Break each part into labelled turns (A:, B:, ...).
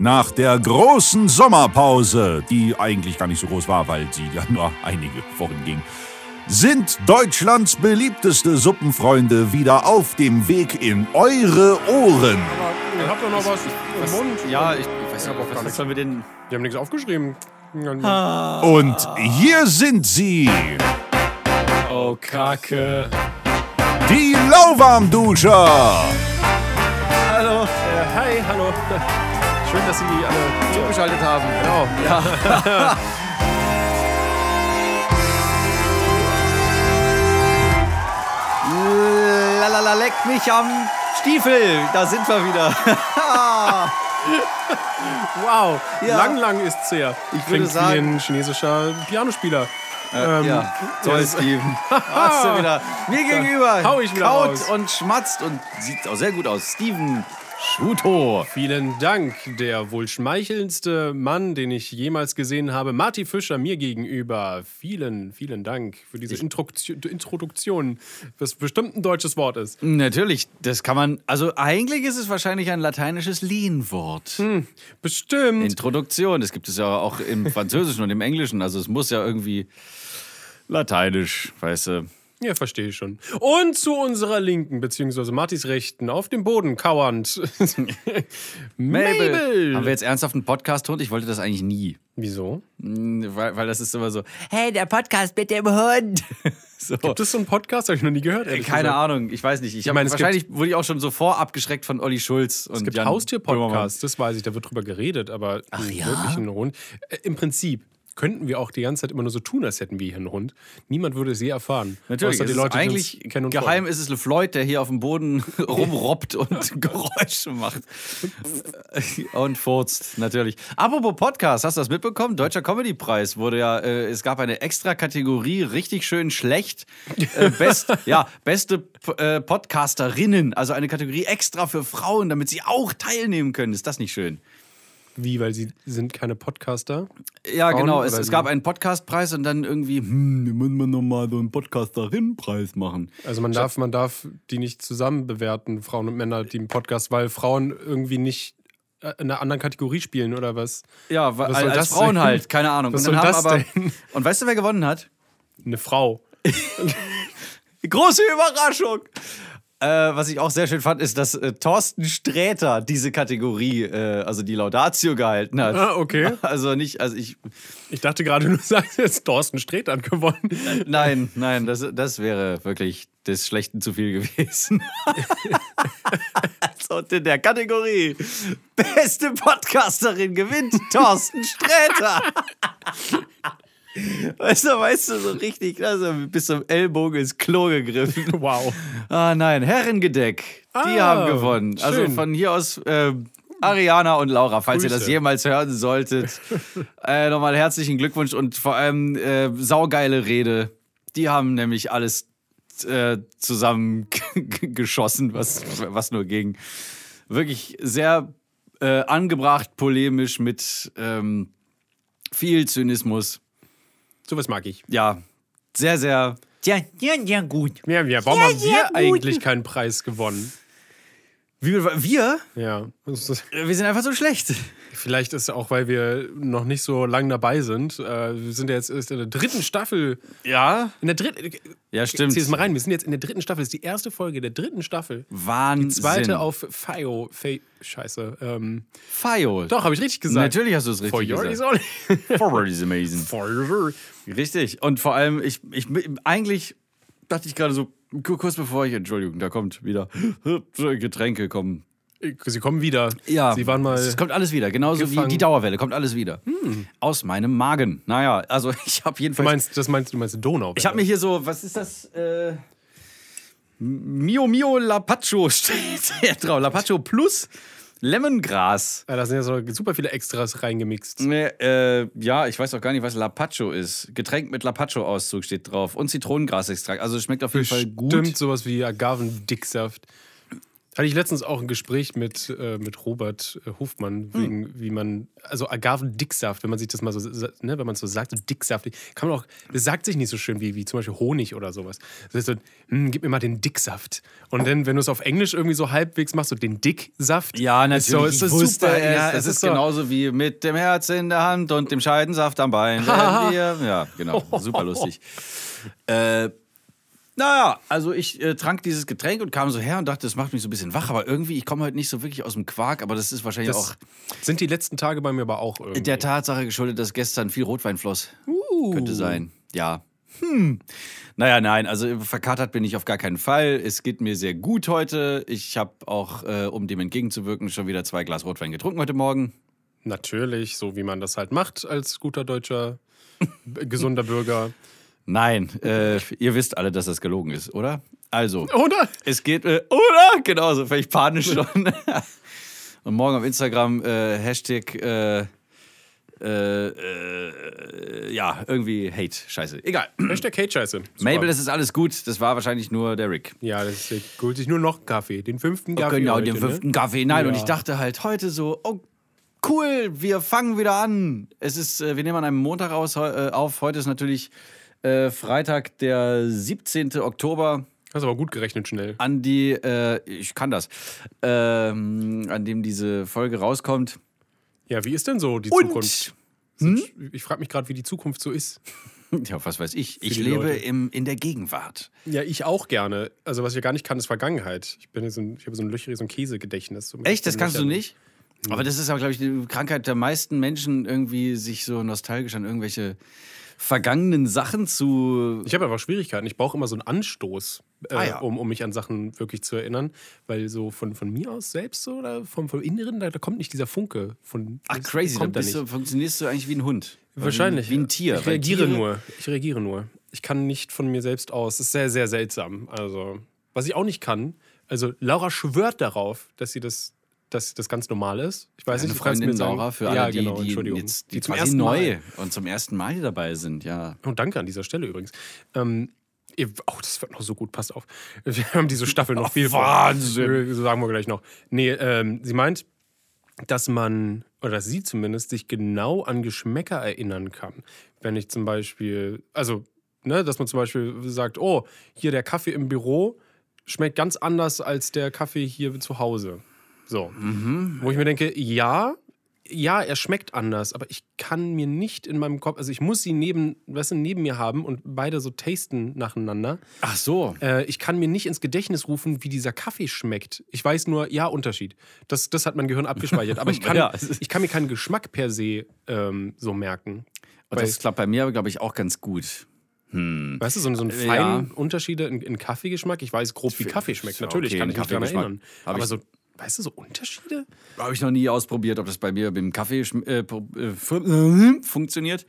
A: Nach der großen Sommerpause, die eigentlich gar nicht so groß war, weil sie ja nur einige Wochen ging, sind Deutschlands beliebteste Suppenfreunde wieder auf dem Weg in eure Ohren.
B: Ihr habt doch noch was im Mund.
C: Ja, ich weiß
B: aber auch
C: aber
B: gar
C: was
B: nicht.
C: sollen wir denn.
B: Die haben nichts aufgeschrieben.
A: Und hier sind sie,
C: Oh, Kacke.
A: die Lauwarmduscher.
C: Hallo.
B: Äh, hi, hallo.
C: Schön, dass Sie alle zugeschaltet haben.
B: Genau.
C: Lalala, leck mich am Stiefel. Da sind wir wieder.
B: Wow.
C: Ja.
B: Lang, lang ist's her.
C: Ich würde
B: Klingt wie
C: sagen-
B: ein chinesischer Pianospieler.
C: Ähm,
B: Ähm,
C: ja, soll es geben. Ah. Hast du wieder. Mir gegenüber
B: hau ich wieder
C: kaut
B: raus.
C: und schmatzt und sieht auch sehr gut aus. Steven Schuto.
B: Vielen Dank, der wohl schmeichelndste Mann, den ich jemals gesehen habe, Marty Fischer mir gegenüber. Vielen, vielen Dank für diese Introduktio- Introduktion, was bestimmt ein deutsches Wort ist.
C: Natürlich, das kann man. Also eigentlich ist es wahrscheinlich ein lateinisches Lehnwort.
B: Bestimmt.
C: Introduktion, das gibt es ja auch im Französischen und im Englischen. Also es muss ja irgendwie lateinisch, weißt du.
B: Ja, verstehe ich schon. Und zu unserer Linken, beziehungsweise Martis Rechten, auf dem Boden kauernd. Mabel.
C: Haben wir jetzt ernsthaft einen Podcast-Hund? Ich wollte das eigentlich nie.
B: Wieso?
C: Hm, Weil, weil das ist immer so, hey, der Podcast mit dem Hund. So.
B: Gibt es so einen Podcast? Habe ich noch nie gehört. ehrlich
C: Keine
B: gesagt.
C: Ahnung, ich weiß nicht. Ich hab,
B: meine, es
C: wahrscheinlich wurde ich auch schon so vorabgeschreckt von Olli Schulz und
B: Es gibt
C: Jan Böhmermann.
B: Haustier-Podcasts, das weiß ich, da wird drüber geredet, aber Ach,
C: ja?
B: wirklich einen Hund. Äh, Im Prinzip könnten wir auch die ganze Zeit immer nur so tun, als hätten wir hier einen Hund. Niemand würde es je erfahren.
C: Natürlich,
B: außer
C: es
B: die
C: ist
B: Leute, die
C: eigentlich
B: uns kennen und
C: geheim ist es LeFloid, der hier auf dem Boden rumrobbt und Geräusche macht. und furzt, natürlich. Apropos Podcast, hast du das mitbekommen? Deutscher Comedy-Preis wurde ja, äh, es gab eine extra Kategorie, richtig schön schlecht. Äh, best, ja, beste P- äh, Podcasterinnen, also eine Kategorie extra für Frauen, damit sie auch teilnehmen können. Ist das nicht schön?
B: folgen. Wie, weil sie sind keine Podcaster?
C: Ja,
B: Frauen
C: genau. Es,
B: oder
C: es
B: wie?
C: gab einen Podcastpreis und dann irgendwie, hm, dann müssen wir nochmal so einen Podcasterinnenpreis machen.
B: Also man darf, man darf die nicht zusammen bewerten, Frauen und Männer, die einen Podcast, weil Frauen irgendwie nicht äh, in einer anderen Kategorie spielen oder was?
C: Ja,
B: Was
C: wa- als
B: soll
C: als
B: das
C: Frauen
B: denn?
C: halt, keine Ahnung.
B: Was
C: und,
B: soll
C: haben
B: das denn?
C: und weißt du, wer gewonnen hat?
B: Eine Frau.
C: Große Überraschung! Äh, was ich auch sehr schön fand, ist, dass äh, Thorsten Sträter diese Kategorie, äh, also die Laudatio gehalten hat.
B: Ah, okay.
C: Also nicht, also ich,
B: Ich dachte gerade, du sagst jetzt Thorsten Sträter hat gewonnen.
C: nein, nein, das, das wäre wirklich des Schlechten zu viel gewesen. also und in der Kategorie beste Podcasterin gewinnt Thorsten Sträter. Weißt du, weißt du, so richtig, also bis zum Ellbogen ins Klo gegriffen.
B: Wow.
C: Ah nein, Herrengedeck. Die
B: Ah,
C: haben gewonnen. Also
B: schön.
C: von hier aus ähm, Ariana und Laura, falls ihr
B: Grüße.
C: das jemals hören solltet. äh, nochmal herzlichen Glückwunsch und vor allem äh, saugeile Rede. Die haben nämlich alles äh, zusammengeschossen, was, was nur ging. Wirklich sehr äh, angebracht, polemisch mit ähm, viel Zynismus.
B: Sowas mag ich.
C: Ja, sehr, sehr.
D: Ja, ja, ja, gut.
B: Ja, ja, warum haben
D: sehr
B: wir
D: gut.
B: eigentlich keinen Preis gewonnen?
C: Wir, wir,
B: Ja, das ist-
C: wir sind einfach so schlecht.
B: vielleicht ist es auch, weil wir noch nicht so lang dabei sind. Äh, Wir sind ja jetzt erst in der dritten Staffel.
C: Ja.
B: In der dritten.
C: Ja, stimmt.
B: Zieh es mal rein. Wir sind jetzt in der dritten Staffel. Das ist die erste Folge der dritten Staffel.
C: Wahnsinn.
B: Zweite auf FIO. Fe- Scheiße. Ähm,
C: Fayo.
B: doch, habe ich richtig gesagt.
C: Natürlich hast du es
B: For
C: richtig
B: your is
C: gesagt.
B: all.
C: Forward is amazing.
B: For your.
C: Richtig. Und vor allem, ich, ich eigentlich dachte ich gerade so, ku- kurz bevor ich, Entschuldigung, da kommt wieder Getränke kommen.
B: Sie kommen wieder. Sie waren mal.
C: Es kommt alles wieder, genauso
B: gefangen. Hm.
C: wie die Dauerwelle, kommt alles wieder. Aus meinem Magen. Naja, also ich habe
B: Du
C: jedenfalls.
B: meinst, das meinst du meinst Donau.
C: Ich habe mir hier so, was ist das? Äh, Mio Mio Lapacho steht hier drauf. Lapacho plus Lemongras.
B: Ja, Äh, da sind ja so super viele Extras reingemixed.
C: Nee, äh, ja, ich weiß auch gar nicht, was Lapacho ist. Getränk mit Lapacho-Auszug steht drauf. Und Zitronengrasextrakt. Also es schmeckt auf jeden Fall gut.
B: Stimmt, sowas wie Agavendicksaft. Hatte ich letztens auch ein Gespräch mit, äh, mit Robert äh, Hofmann, wegen, wie man, also Agavendicksaft, wenn man sich das mal so, sa- ne, wenn man es so sagt, so dicksaftig, kann man auch, das sagt sich nicht so schön wie, wie zum Beispiel Honig oder sowas. Das ist so, hm, gib mir mal den Dicksaft. Und dann, wenn du es auf Englisch irgendwie so halbwegs machst, so den Dicksaft.
C: Ja,
B: ist
C: natürlich.
B: So, ist das
C: ich wusste
B: super.
C: es.
B: ja,
C: das ist, genau
B: so-
C: genauso wie mit dem Herz in der Hand und dem Scheidensaft am Bein. werden wir- ja, genau. Super lustig. Äh, naja, also ich äh, trank dieses Getränk und kam so her und dachte, das macht mich so ein bisschen wach, aber irgendwie, ich komme heute nicht so wirklich aus dem Quark, aber das ist wahrscheinlich auch
B: Das sind die letzten Tage bei mir aber auch irgendwie.
C: der Tatsache geschuldet, dass gestern viel Rotwein floss. Könnte sein. Ja. Hm. Naja, nein, also verkatert bin ich auf gar keinen Fall. Es geht mir sehr gut heute. Ich habe auch, äh, um dem entgegenzuwirken, schon wieder zwei Glas Rotwein getrunken heute Morgen.
B: Natürlich, so wie man das halt macht als guter deutscher, b- gesunder Bürger.
C: Nein, äh, ihr wisst alle, dass das gelogen ist, oder? Also,
B: Oder?
C: es geht, äh, oder? Genau, so völlig panisch schon. Und morgen auf Instagram äh, Hashtag, äh, äh, äh, ja, irgendwie Hate, scheiße. Egal.
B: Hashtag Hate-Scheiße. Super.
C: Mabel, es ist alles gut. Das war wahrscheinlich nur der Rick.
B: Ja, das ist, holt sich nur noch einen Kaffee. Den fünften Kaffee.
C: genau,
B: heute,
C: den
B: ne?
C: fünften Kaffee. Nein,
B: Ja.
C: und ich dachte halt heute so, oh cool, wir fangen wieder an. Es ist, äh, wir nehmen an einem Montag aus, heu- äh, auf. Heute ist natürlich äh, Freitag, der 17. Oktober.
B: Hast aber gut gerechnet schnell.
C: an die, äh, ich kann das, ähm, an dem diese Folge rauskommt.
B: Ja, wie ist denn so die Zukunft? Ich frage mich gerade, wie die Zukunft so ist.
C: Und, ja, was weiß ich, ich
B: die
C: lebe
B: Leute.
C: im, in der Gegenwart.
B: Ja, ich auch gerne. Also, was ich ja gar nicht kann, ist Vergangenheit. Ich, bin so ein, ich habe so ein löcheriges so ein Käsegedächtnis. So
C: Echt, das kannst du
B: Löcher-
C: nicht? Aber das ist aber, glaube ich, die Krankheit der meisten Menschen, irgendwie sich so nostalgisch an irgendwelche vergangenen Sachen zu.
B: Ich habe einfach Schwierigkeiten. Ich brauche immer so einen Anstoß, äh,
C: Ah, ja.
B: um, um mich an Sachen wirklich zu erinnern. Weil so von, von mir aus selbst so, oder vom, vom Inneren, da, da kommt nicht dieser Funke. Von,
C: Ach,
B: das
C: crazy, dann
B: kommt da
C: bist
B: nicht.
C: du, funktionierst du eigentlich wie ein Hund.
B: Wahrscheinlich.
C: Wie ein Tier.
B: Ich
C: weil
B: reagiere
C: Tiere-
B: nur. Ich reagiere nur. Ich kann nicht von mir selbst aus. Das ist sehr, sehr seltsam. Also, was ich auch nicht kann, also Laura schwört darauf, dass sie das, dass das ganz normal ist. Ich weiß
C: Eine
B: nicht, du kannst
C: Freundin
B: mir sagen.
C: Laura für alle,
B: ja,
C: die,
B: genau,
C: die
B: Entschuldigung.
C: jetzt die,
B: zum
C: quasi
B: ersten
C: neu
B: Mal.
C: und zum ersten Mal hier dabei sind, ja.
B: Oh, danke an dieser Stelle übrigens. Ähm, ihr, oh, das wird noch so gut, passt auf. Wir haben diese Staffel noch viel vor.
C: Wahnsinn.
B: So sagen wir gleich noch. Nee, ähm, sie meint, dass man, oder dass sie zumindest, sich genau an Geschmäcker erinnern kann. Wenn ich zum Beispiel, also, ne, dass man zum Beispiel sagt, oh, hier der Kaffee im Büro schmeckt ganz anders als der Kaffee hier zu Hause. So. Wo ich mir denke, ja, ja, er schmeckt anders, aber ich kann mir nicht in meinem Kopf, also ich muss sie neben, weißt du, neben mir haben und beide so tasten nacheinander.
C: Ach so.
B: Äh, ich kann mir nicht ins Gedächtnis rufen, wie dieser Kaffee schmeckt. Ich weiß nur, ja, Unterschied. Das, das hat mein Gehirn abgespeichert. Aber ich kann,
C: Ja, es ist-
B: ich kann mir keinen Geschmack per se ähm, so merken.
C: Und das klappt bei mir, glaube ich, auch ganz gut.
B: Weißt du, so, so einen
C: Äh, Ja.
B: feinen Unterschiede in, in Kaffeegeschmack. Ich weiß grob, wie Kaffee schmeckt.
C: ja
B: Natürlich
C: okay,
B: kann
C: ein
B: ich mich daran
C: Kaffeegeschmack
B: erinnern.
C: hab
B: Aber
C: ich-
B: so, weißt du, so Unterschiede?
C: Habe ich noch nie ausprobiert, ob das bei mir mit dem Kaffee schm- äh, pro- äh, fun- funktioniert.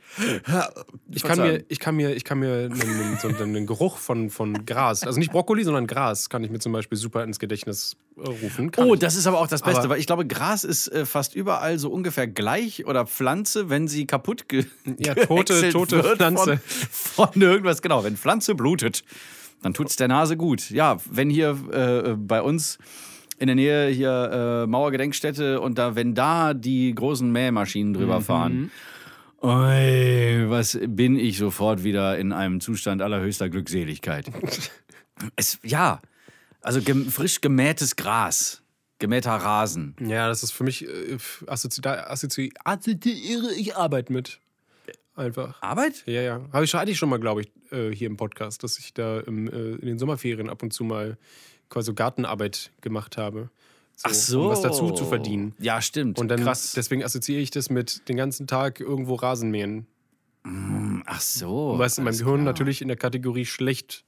B: Ich kann, mir, ich kann mir, ich kann mir einen, einen, so einen, einen Geruch von, von Gras, also nicht Brokkoli, sondern Gras, kann ich mir zum Beispiel super ins Gedächtnis äh, rufen. Kann
C: Oh,
B: ich.
C: das ist aber auch das Beste,
B: Aber-
C: weil ich glaube, Gras ist äh, fast überall so ungefähr gleich oder Pflanze, wenn sie kaputt ge
B: Ja, tote-
C: gehäckselt
B: tote
C: wird
B: Pflanze.
C: Von, von irgendwas, genau. Wenn Pflanze blutet, dann tut's der Nase gut. Ja, wenn hier äh, bei uns in der Nähe hier äh, Mauergedenkstätte und da, wenn da die großen Mähmaschinen drüber
B: Mhm.
C: fahren. Oi, was bin ich sofort wieder in einem Zustand allerhöchster Glückseligkeit. es, ja, also gem frisch gemähtes Gras, gemähter Rasen.
B: Ja, das ist für mich äh, assozi assozi assoziiere ich Arbeit mit. Einfach.
C: Arbeit?
B: Ja, ja. Habe ich schon, hatte ich schon mal, glaube ich, äh, hier im Podcast, dass ich da im, äh, in den Sommerferien ab und zu mal quasi so Gartenarbeit gemacht habe. So, Um was dazu zu verdienen.
C: Ja, stimmt.
B: Und dann,
C: Krass.
B: deswegen assoziiere ich das mit den ganzen Tag irgendwo Rasenmähen.
C: Ach so.
B: Weißt du, in meinem Gehirn
C: alles
B: Also
C: klar.
B: natürlich in der Kategorie schlecht.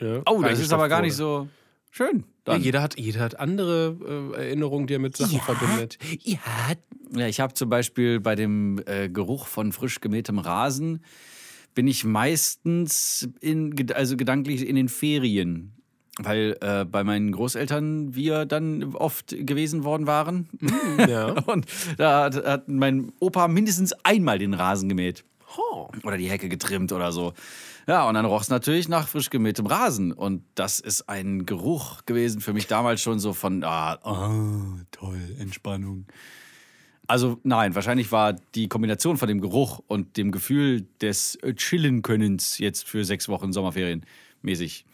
B: ja,
C: Oh, das ist aber
B: eingestopft
C: gar nicht
B: wurde.
C: so schön.
B: Ja,
C: Dann.
B: jeder, hat, jeder hat andere äh, Erinnerungen, die er mit Sachen verbindet.
D: Ja,
C: Ja, ich habe zum Beispiel bei dem äh, Geruch von frisch gemähtem Rasen bin ich meistens in, ged- also gedanklich in den Ferien. Weil äh, bei meinen Großeltern wir dann oft gewesen worden waren.
B: Ja.
C: Und da hat, hat mein Opa mindestens einmal den Rasen gemäht. Oder die Hecke getrimmt oder so. Ja, und dann roch es natürlich nach frisch gemähtem Rasen. Und das ist ein Geruch gewesen für mich damals schon so von, ah, ah, toll, Entspannung. Also nein, wahrscheinlich war die Kombination von dem Geruch und dem Gefühl des äh, Chillen-Könnens jetzt für sechs Wochen Sommerferien mäßig.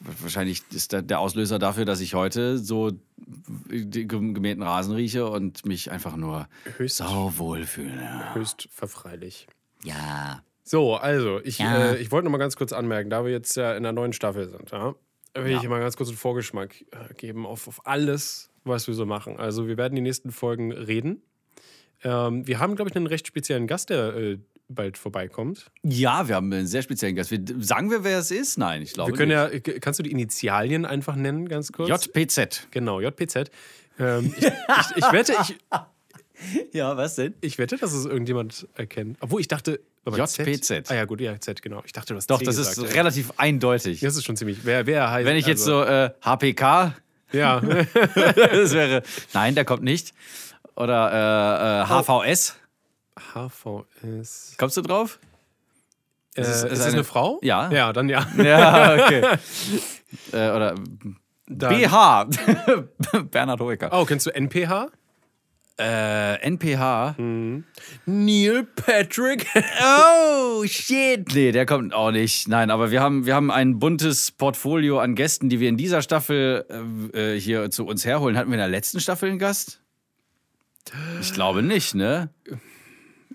C: Wahrscheinlich ist da der Auslöser dafür, dass ich heute so den gemähten Rasen rieche und mich einfach nur
B: Höchst-
C: sauwohl fühle.
B: Höchst verfreilich.
C: Ja.
B: So, also, ich,
D: Ja.
B: äh, ich wollte noch mal ganz kurz anmerken, da wir jetzt ja in der neuen Staffel sind, ja, will ich mal ganz kurz einen Vorgeschmack äh, geben auf, auf alles, was wir so machen. Also, wir werden die nächsten Folgen reden. Ähm, wir haben, glaube ich, einen recht speziellen Gast, der äh, bald vorbeikommt.
C: Ja, wir haben einen sehr speziellen Gast. Wir, sagen wir, wer es ist? Nein, ich glaube
B: Wir können
C: nicht.
B: ja, äh, kannst du die Initialien einfach nennen, ganz kurz?
C: JPZ.
B: Genau, JPZ. Ähm, ich, ich, ich, wette, ich,
C: Ja, was denn?
B: ich wette, dass es irgendjemand erkennt. Obwohl, ich dachte. warte mal, Z?
C: JPZ.
B: Ah ja, gut, ja, Z, genau. Ich dachte, du hast
C: Doch,
B: C
C: das ist
B: gesagt. ja.
C: relativ eindeutig.
B: Das ist schon ziemlich. Wer, wer heißt
C: Wenn ich jetzt
B: also-
C: so äh, HPK,
B: so. Ja.
C: das wäre. Nein, der kommt nicht. Oder äh, äh, HVS.
B: HVS.
C: Kommst du drauf?
B: Äh, ist
C: ist
B: es eine,
C: eine-
B: Frau?
C: Ja.
B: Ja, dann ja.
C: Ja, okay. äh, oder
B: Dann,
C: BH. Bernhard Hoeker.
B: Oh, kennst du NPH?
C: Äh, NPH.
B: Neil Patrick.
C: Oh, shit. Nee, der kommt auch nicht. Nein, aber wir haben, wir haben ein buntes Portfolio an Gästen, die wir in dieser Staffel äh, äh, hier zu uns herholen. Hatten wir in der letzten Staffel einen Gast? Ich glaube nicht, ne?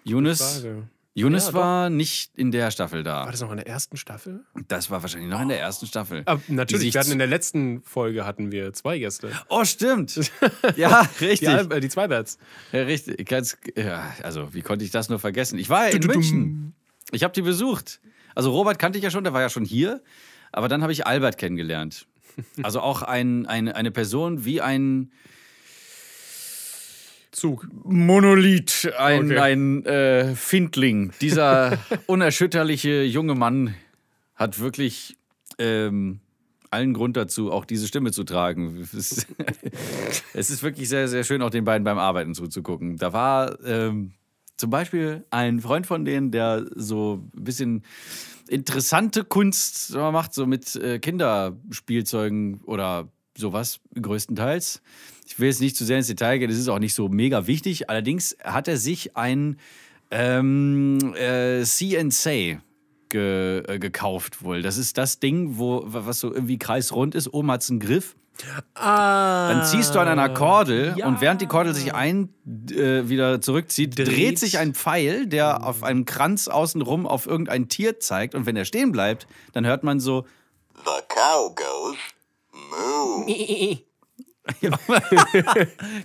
C: Younes,
B: Frage.
C: Younes
B: Ja, doch.
C: war nicht in der Staffel da.
B: War das noch in der ersten Staffel?
C: Das war wahrscheinlich noch in der ersten Staffel.
B: Ah,
C: Die
B: natürlich,
C: sich
B: wir hatten
C: zu-
B: in der letzten Folge hatten wir zwei Gäste.
C: oh, stimmt. Ja,
B: Die,
C: richtig.
B: Al- äh, die Zweibärts.
C: Ja, richtig. Ganz, ja, also, wie konnte ich das nur vergessen? Ich war in München. Ich habe die besucht. Also, Robert kannte ich ja schon, der war ja schon hier. Aber dann habe ich Albert kennengelernt. Also auch ein, ein, eine Person wie ein
B: Zug.
C: Monolith, ein,
B: Okay.
C: ein äh, Findling. Dieser unerschütterliche junge Mann hat wirklich ähm, allen Grund dazu, auch diese Stimme zu tragen. Es ist, es ist wirklich sehr, sehr schön, auch den beiden beim Arbeiten zuzugucken. Da war ähm, zum Beispiel ein Freund von denen, der so ein bisschen interessante Kunst macht, so mit äh, Kinderspielzeugen oder sowas größtenteils. Ich will jetzt nicht zu sehr ins Detail gehen, das ist auch nicht so mega wichtig. Allerdings hat er sich ein ähm, äh, CNC ge äh, gekauft wohl. Das ist das Ding, wo, wa- was so irgendwie kreisrund ist. Oben hat es einen Griff.
B: Ah.
C: Dann ziehst du an einer Kordel und während die Kordel sich ein äh, wieder zurückzieht, dreht.
B: Dreht.
C: sich ein Pfeil, der auf einem Kranz außenrum auf irgendein Tier zeigt. Und wenn er stehen bleibt, dann hört man so.
E: The cow goes moo.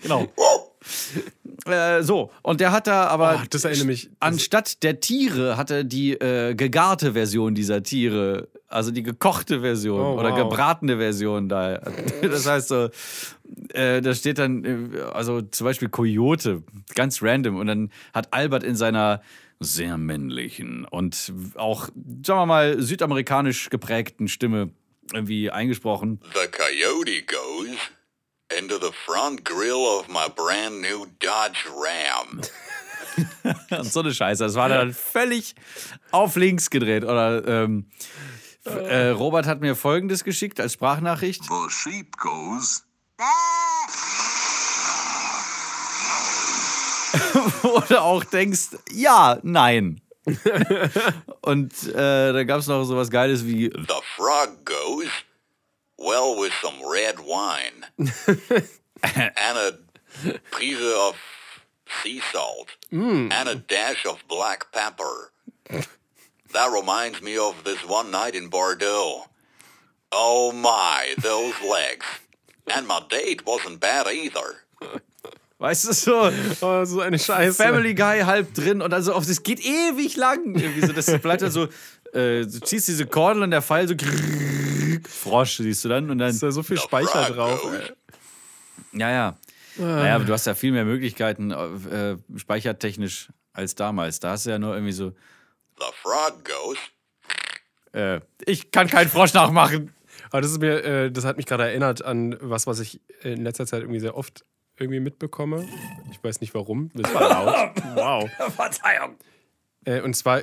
C: Genau. äh, so, und der hat da aber.
B: Ah, das erinnert mich. Das,
C: Anstatt der Tiere hat er die äh, gegarte Version dieser Tiere, also die gekochte Version
B: Oh,
C: oder
B: wow.
C: gebratene Version da. Das heißt so, äh, da steht dann, äh, also zum Beispiel Coyote, ganz random. Und dann hat Albert in seiner sehr männlichen und auch, sagen wir mal, südamerikanisch geprägten Stimme irgendwie eingesprochen.
E: The coyote goes into the front grill of my brand new Dodge Ram.
C: Und so eine Scheiße. Das war dann völlig auf links gedreht. Oder ähm, äh, Robert hat mir folgendes geschickt als Sprachnachricht.
E: The sheep goes.
C: oder auch denkst, ja, nein. Und äh, da gab es noch sowas Geiles wie
E: The frog goes well with some red wine and a prise of sea salt and a dash of black pepper. That reminds me of this one night in Bordeaux. Oh my, those legs. And my date wasn't bad either.
C: Weißt du, so
B: oh, so eine Scheiße.
C: Family Guy halb drin und dann so auf, das geht ewig lang. Irgendwie so, das bleibt dann so, äh, du ziehst diese Kordel und der Pfeil so krrrrrrrrrrrrrrrrrrrrrrrrrrrrrrrrr, Frosch siehst du dann und dann,
B: Ist da so viel Speicher
E: Frog
B: drauf.
E: goes.
C: ja, ja.
B: Ah.
C: Naja, aber du hast ja viel mehr Möglichkeiten äh, speichertechnisch als damals. Da hast du ja nur irgendwie so,
E: The frog goes.
C: äh, ich kann keinen Frosch nachmachen.
B: Aber das ist mir, äh, das hat mich gerade erinnert an was, was ich äh, in letzter Zeit irgendwie sehr oft irgendwie mitbekomme. Ich weiß nicht warum. Das war laut. wow.
C: Verzeihung.
B: Äh, und zwar,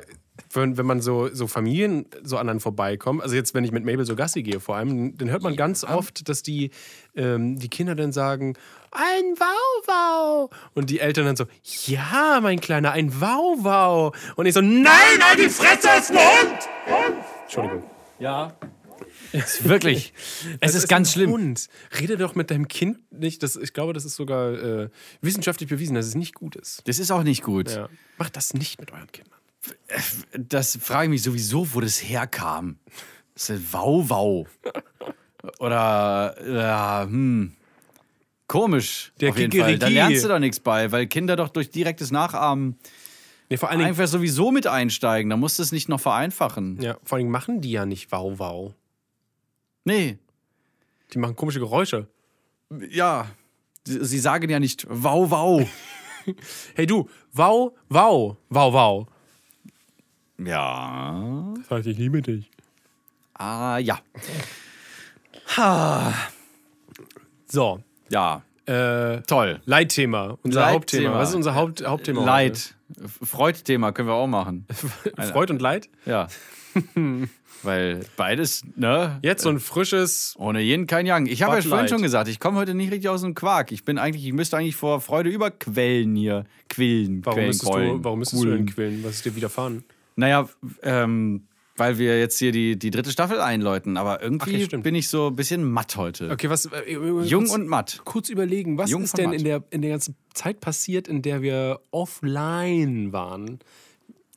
B: wenn, wenn man so, so Familien so anderen vorbeikommt, also jetzt, wenn ich mit Mabel so Gassi gehe vor allem, dann hört man ganz oft, dass die, ähm, die Kinder dann sagen, ein Wauwau. Und die Eltern dann so, ja, mein Kleiner, ein Wauwau. Und ich so, nein, halt die Fresse, ist ein Hund! Entschuldigung.
C: Ja. Wirklich. Es ist ganz schlimm.
B: Also Und rede doch mit deinem Kind nicht. Das, ich glaube, das ist sogar äh, wissenschaftlich bewiesen, dass es nicht gut ist.
C: Das ist auch nicht gut.
B: Ja. Macht das nicht mit euren Kindern.
C: Das frage ich mich sowieso, wo das herkam. Das ist wow, wow. Oder, ja, hm. Komisch.
B: Der
C: auf jeden Fall.
B: Kikeriki.
C: Da lernst du doch nichts bei, weil Kinder doch durch direktes Nachahmen
B: Nee, vor allen Dingen,
C: einfach sowieso mit einsteigen. Da musst du es nicht noch vereinfachen.
B: ja, vor allen Dingen machen die ja nicht wow wow.
C: Nee.
B: Die machen komische Geräusche.
C: Ja. Sie sie sagen ja nicht wow, wow.
B: Hey du, wow, wow, wow, wow.
C: Ja.
B: Das heißt, ich liebe dich.
C: Ah, ja.
B: So,
C: Ja.
B: äh,
C: Toll.
B: Leitthema, unser
C: Leitthema. Äh,
B: Hauptthema. Was ist unser Haupt, Hauptthema?
C: Leid. Freud-Thema können wir auch machen.
B: Heute? Freud und Leid?
C: Ja. Weil beides, ne?
B: Jetzt so ein frisches.
C: Ohne Yin kein Yang. Ich habe ja
B: Bud
C: vorhin
B: Light.
C: schon gesagt, ich komme heute nicht richtig aus dem Quark. Ich bin eigentlich, ich müsste eigentlich vor Freude überquellen hier. Quillen.
B: Warum
C: quellen,
B: müsstest,
C: quollen,
B: du, warum müsstest du
C: quollen.
B: denn quillen? Was ist dir widerfahren?
C: Naja, ähm, weil wir jetzt hier die, die dritte Staffel einläuten, aber
B: Ach
C: irgendwie
B: ja, stimmt.
C: bin ich so ein bisschen matt heute.
B: Okay, was. äh, äh,
C: Jung
B: kurz-
C: und matt.
B: Kurz überlegen, was
C: Jung
B: ist
C: von
B: denn
C: Matt.
B: in der, in der ganzen Zeit passiert, in der wir offline waren?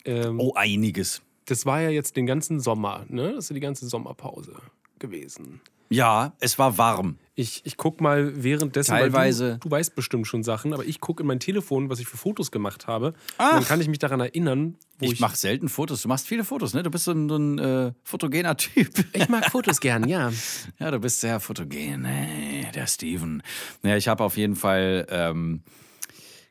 B: Ähm,
C: Oh, einiges.
B: Das war ja jetzt den ganzen Sommer, ne? Das ist die ganze Sommerpause gewesen.
C: Ja, es war warm.
B: Ich, ich guck mal währenddessen. weil
C: Teilweise.
B: Du, du weißt bestimmt schon Sachen, aber ich gucke in mein Telefon, was ich für Fotos gemacht habe.
C: Ach.
B: Und dann kann ich mich daran erinnern, wo
C: Ich,
B: ich.
C: mache selten Fotos. Du machst viele Fotos, ne? Du bist so ein, so ein äh, fotogener Typ.
B: ich mag Fotos gern, ja.
C: Ja, du bist sehr fotogen, ey, der Steven. Naja, ich habe auf jeden Fall ähm,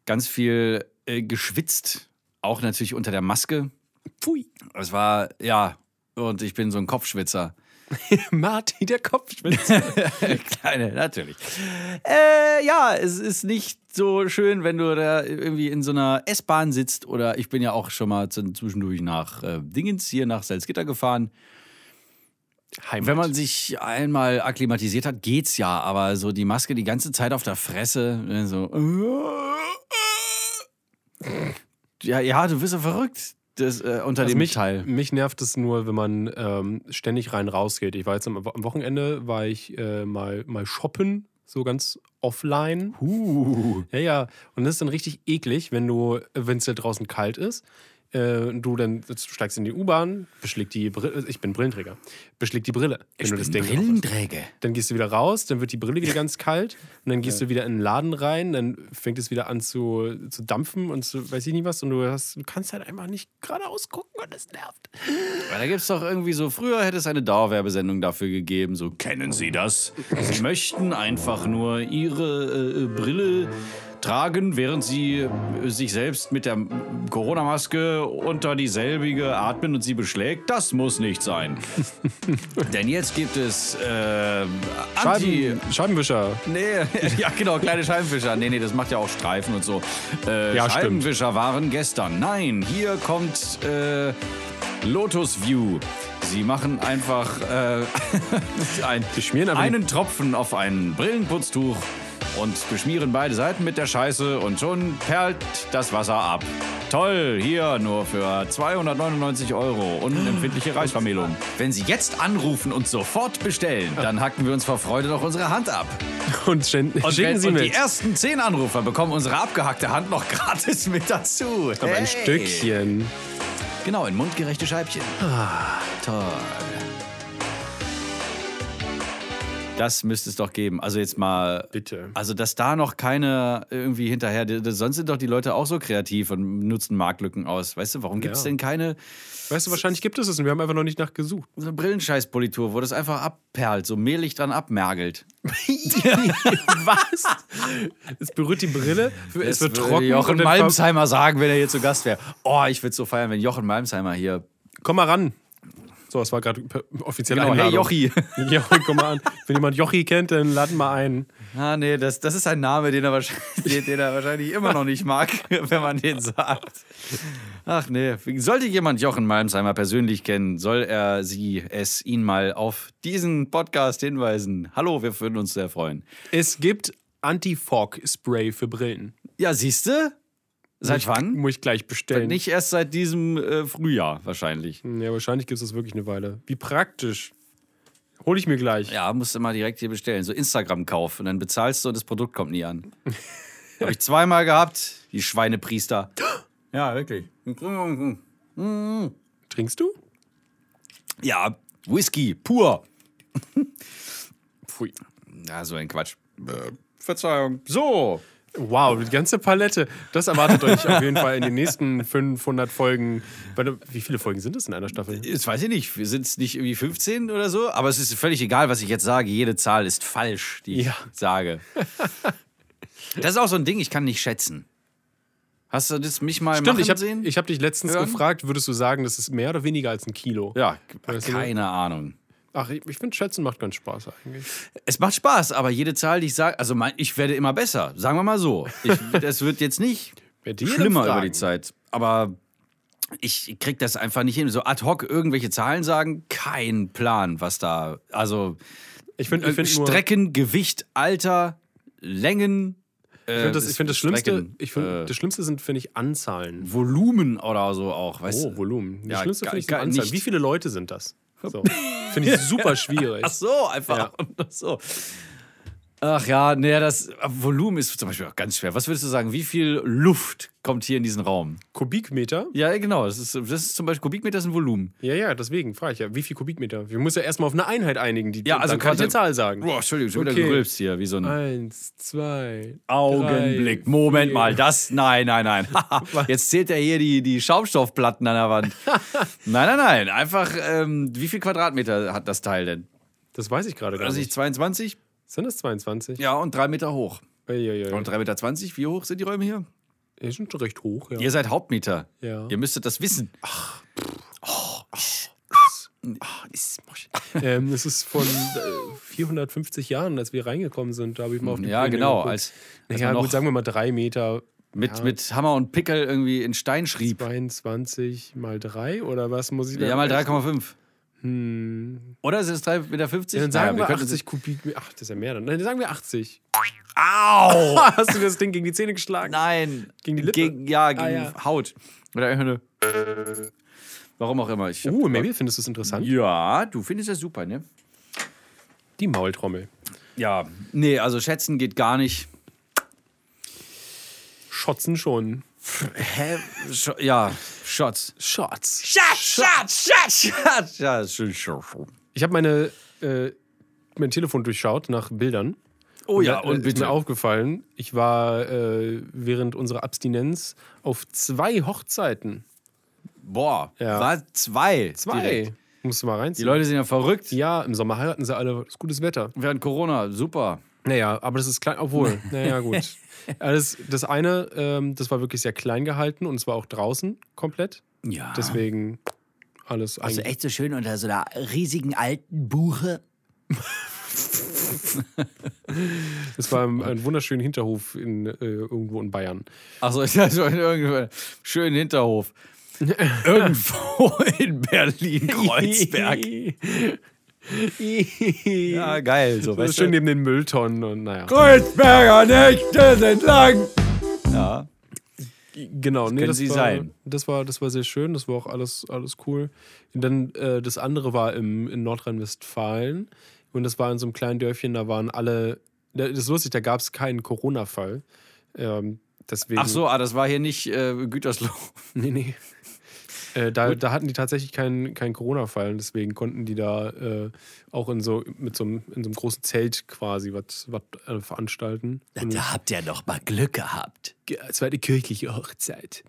C: ganz viel äh, geschwitzt, auch natürlich unter der Maske.
B: Pfui.
C: Es war, ja, und ich bin so ein Kopfschwitzer.
B: Marty, der Kopfschwitzer.
C: Kleine, natürlich. Äh, ja, es ist nicht so schön, wenn du da irgendwie in so einer S-Bahn sitzt oder ich bin ja auch schon mal zu- zwischendurch nach äh, Dingens hier nach Salzgitter gefahren.
B: Heimat.
C: Wenn man sich einmal akklimatisiert hat, geht's ja, aber so die Maske die ganze Zeit auf der Fresse, äh, so. äh, Ja, ja, du bist ja verrückt. Das, äh, unter
B: Also
C: dem
B: mich,
C: Teil.
B: mich nervt es nur, wenn man ähm, ständig rein raus geht. Ich war jetzt am, am Wochenende, war ich äh, mal, mal shoppen, so ganz offline.
C: Uh.
B: Ja, ja. Und das ist dann richtig eklig, wenn du, wenn es da draußen kalt ist. Äh, du dann du steigst in die U-Bahn, beschlägt die Brille. Ich bin Brillenträger. Beschlägt die Brille. Wenn du das Ding aufhast.
C: Brillenträger.
B: Dann gehst du wieder raus, dann wird die Brille wieder ganz kalt und dann gehst du wieder in den Laden rein, dann fängt es wieder an zu, zu dampfen und zu, weiß ich nicht was und du, hast, du kannst halt einfach nicht geradeaus gucken und das nervt.
C: Weil da gibt's doch irgendwie so, früher hätte es eine Dauerwerbesendung dafür gegeben, so, kennen Sie das? Sie möchten einfach nur Ihre äh, äh, Brille tragen, während Sie äh, sich selbst mit der Corona-Maske unter dieselbige atmen und sie beschlägt. Das muss nicht sein. Denn jetzt gibt es äh, Anti...
B: Scheiben, Scheibenwischer.
C: Nee, ja genau, kleine Scheibenwischer. Nee, nee, das macht ja auch Streifen und so. Äh,
B: Ja, stimmt.
C: Scheibenwischer waren gestern. Nein, hier kommt äh, Lotus View. Sie machen einfach äh, ein,
B: Die schmieren einfach
C: einen Tropfen auf ein Brillenputztuch und beschmieren beide Seiten mit der Scheiße und schon perlt das Wasser ab. Toll, hier nur für 299 Euro unempfindliche Reisvermählung. Wenn Sie jetzt anrufen und sofort bestellen, dann hacken wir uns vor Freude doch unsere Hand ab.
B: Und, schen-
C: Und,
B: schicken
C: wenn,
B: Sie
C: und
B: mit.
C: die ersten zehn Anrufer bekommen unsere abgehackte Hand noch gratis mit dazu.
B: Aber
C: Hey.
B: ein Stückchen.
C: Genau, in mundgerechte Scheibchen. toll. Das müsste es doch geben. Also jetzt mal.
B: Bitte.
C: Also, dass da noch keiner irgendwie hinterher. d- d- Sonst sind doch die Leute auch so kreativ und nutzen Marktlücken aus. Weißt du, warum gibt es
B: Ja.
C: denn keine
B: Weißt du, wahrscheinlich gibt es es und wir haben einfach noch nicht nachgesucht.
C: so eine Brillenscheißpolitur, wo das einfach abperlt, so mehlig dran abmergelt?
B: Was? Es berührt die Brille, es wird
C: würde
B: trocken.
C: Jochen
B: und dann ver-
C: Malmsheimer sagen, wenn er hier zu Gast wäre. Oh, ich würde so feiern, wenn Jochen Malmsheimer hier
B: Komm mal ran. So, das war gerade per- offizielle
C: Genau, hey
B: Einladung.
C: Jochi.
B: Jochi, komm mal an. Wenn jemand Jochi kennt, dann laden wir ein.
C: Ah, nee, das, das ist ein Name, den er, wahrscheinlich, den, den er wahrscheinlich immer noch nicht mag, wenn man den sagt. Ach nee, sollte jemand Jochen Malmsheimer persönlich kennen, soll er sie, es, ihn mal auf diesen Podcast hinweisen. Hallo, wir würden uns sehr freuen.
B: Es gibt Anti-Fog-Spray für Brillen.
C: Ja, siehste? Seit wann?
B: Muss ich gleich bestellen.
C: Nicht erst seit diesem äh, Frühjahr wahrscheinlich.
B: Ja, wahrscheinlich gibt es das wirklich eine Weile. Wie praktisch. Hol ich mir gleich.
C: Ja, musst du mal direkt hier bestellen. So Instagram-Kauf und dann bezahlst du und das Produkt kommt nie an. Habe ich zweimal gehabt, die Schweinepriester. Ja, wirklich.
B: Trinkst du?
C: Ja, Whisky, pur.
B: Pfui.
C: Ja, so ein Quatsch. Äh, Verzeihung. So.
B: Wow, die ganze Palette. Das erwartet euch auf jeden Fall in den nächsten 500 Folgen. Warte, Wie viele Folgen sind es in einer Staffel?
C: Jetzt weiß ich nicht, sind es nicht irgendwie 15 oder so? Aber es ist völlig egal, was ich jetzt sage. Jede Zahl ist falsch, die ich
B: Ja.
C: sage. Das ist auch so ein Ding, ich kann nicht schätzen. Hast du das mich mal
B: Stimmt,
C: machen
B: ich habe
C: sehen?
B: hab dich letztens
C: Hören?
B: gefragt, würdest du sagen, das ist mehr oder weniger als ein Kilo?
C: ja,
B: Weißt du?
C: keine Ahnung.
B: Ach, ich, ich finde, Schätzen macht ganz Spaß eigentlich.
C: Es macht Spaß, aber jede Zahl, die ich sage, also mein, ich werde immer besser, sagen wir mal so. Ich, das wird jetzt nicht
B: Werd jedem
C: schlimmer
B: fragen.
C: über die Zeit, aber ich krieg das einfach nicht hin. So ad hoc irgendwelche Zahlen sagen, kein Plan, was da, also
B: Ich finde ich find nur-
C: Strecken, Gewicht, Alter, Längen.
B: ich find das, ich find das Schlimmste,
C: äh, Strecken,
B: ich find,
C: äh,
B: das Schlimmste sind, finde ich, Anzahlen.
C: Volumen oder so auch, weißt
B: Oh,
C: du?
B: Volumen. Das
C: Ja,
B: Schlimmste
C: gar-
B: finde ich sind
C: gar
B: Anzahlen.
C: nicht.
B: Wie viele Leute sind das? So. Finde ich super schwierig.
C: Ach so, einfach so. Ach ja, nee, das Volumen ist zum Beispiel auch ganz schwer. Was würdest du sagen, wie viel Luft kommt hier in diesen Raum?
B: Kubikmeter?
C: Ja, genau, das ist, das ist zum Beispiel Kubikmeter ist ein Volumen.
B: Ja, ja, deswegen frage ich ja. Wie viel Kubikmeter? Wir müssen ja erstmal auf eine Einheit einigen. Die,
C: Ja, also
B: dann kann ich
C: quasi-
B: eine Zahl sagen.
C: Boah, Entschuldigung, schon wieder
B: Okay.
C: gerülpst hier, wie so ein
B: Eins, zwei,
C: Augenblick.
B: drei,
C: Moment
B: vier.
C: mal, das, nein, nein, nein. Jetzt zählt er hier die, die Schaumstoffplatten an der Wand. Nein, nein, nein, einfach, ähm, wie viel Quadratmeter hat das Teil denn?
B: Das weiß ich gerade gar
C: Also ich
B: nicht.
C: 22?
B: Sind das 22?
C: Ja, und drei Meter hoch.
B: Uiuiui.
C: Und drei Meter, 20? wie hoch sind die Räume hier?
B: Die sind schon recht hoch, ja.
C: Ihr seid Hauptmieter.
B: Ja.
C: Ihr müsstet das wissen. Oh, Ach, Ah,
B: Ähm, das ist von äh, 450 Jahren, als wir reingekommen sind. Da habe ich mal auf die
C: ja,
B: Pläne
C: genau.
B: geguckt.
C: Als, als
B: ja,
C: man noch
B: gut, sagen wir mal drei Meter.
C: mit,
B: ja.
C: mit Hammer und Pickel irgendwie in Stein schrieb.
B: 22 mal 3 oder was muss ich da?
C: Ja, mal 3,5.
B: Hm.
C: Oder sind es 3,50 Meter? 50?
B: Ja, dann sagen
C: naja,
B: wir
C: könnten-
B: 80 Kubikmeter. Ach, das ist ja mehr dann. Nein, dann sagen wir 80.
C: Au!
B: Hast du das Ding gegen die Zähne geschlagen?
C: Nein.
B: Gegen die Lippe? Ah,
C: Gegen, ja, gegen
B: ja.
C: Haut. Oder einfach eine. Warum auch immer. Ich hab-
B: Uh, maybe findest du es interessant?
C: Ja, du findest das super, ne?
B: Die Maultrommel.
C: Ja. Nee, also schätzen geht gar nicht.
B: Schotzen schon.
C: Hä? Sch ja, Shots.
B: Shots.
C: Shots, Shots, Shots, Shots. Ja, das ist schon.
B: Ich habe meine äh, mein Telefon durchschaut nach Bildern.
C: Oh ja,
B: Mir-
C: und
B: ist
C: bitte.
B: mir aufgefallen, ich war äh, während unserer Abstinenz auf zwei Hochzeiten.
C: Boah,
B: Ja.
C: war zwei.
B: Zwei.
C: direkt.
B: Musst du mal
C: Die
B: reinziehen.
C: Leute sind ja verrückt.
B: ja, im Sommer heiraten sie alle. Ist gutes Wetter.
C: Während Corona, super.
B: Naja, aber das ist klein, obwohl, naja, gut. Alles, das eine, ähm, das war wirklich sehr klein gehalten und es war auch draußen komplett.
C: Ja.
B: Deswegen alles
F: So
C: Also
B: eigentlich.
F: echt so schön unter so einer riesigen alten Buche.
B: Es war ein, ein wunderschöner Hinterhof in, äh, irgendwo in Bayern.
C: Achso, ich dachte, in irgendeinem schönen Hinterhof. Irgendwo in Berlin-Kreuzberg. ja, geil. So,
B: Also
C: weißt
B: schön
C: du?
B: neben den Mülltonnen und naja.
C: Kreuzberger Nächte sind lang. Ja.
B: Genau, nee,
C: können
B: das
C: sie
B: war,
C: sein.
B: Das war, das war sehr schön, das war auch alles, alles cool. Und dann äh, das andere war im, in Nordrhein-Westfalen und das war in so einem kleinen Dörfchen, da waren alle. da- Das ist lustig, da gab es keinen Corona-Fall. Ähm, deswegen.
C: Ach so, ah, das war hier nicht äh, Gütersloh.
B: Nee, nee. Äh, da, da hatten die tatsächlich keinen, keinen Corona-Fall und deswegen konnten die da äh, auch in so, mit so einem, in so einem großen Zelt quasi was was, äh, veranstalten.
F: Da habt ihr noch mal Glück gehabt.
B: Ge- Es war eine kirchliche Hochzeit.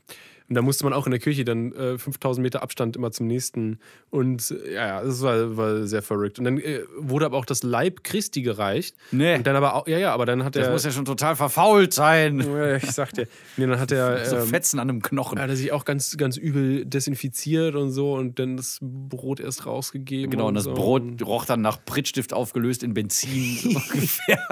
B: Und da musste man auch in der Kirche dann äh, 5000 Meter Abstand immer zum nächsten. Und äh, ja, ja, das war, war sehr verrückt. Und dann äh, wurde aber auch das Leib Christi gereicht.
C: Nee.
B: Und dann aber auch, ja, ja, aber dann hat
C: Das
B: er.
C: muss ja schon total verfault sein.
B: ja, ich sagte, nee, dann hat er.
C: So
B: ähm,
C: Fetzen an einem Knochen.
B: hat er sich auch ganz, ganz übel desinfiziert und so und dann das Brot erst rausgegeben.
C: Genau, und das
B: so.
C: Brot roch dann nach Prittstift aufgelöst in Benzin so ungefähr.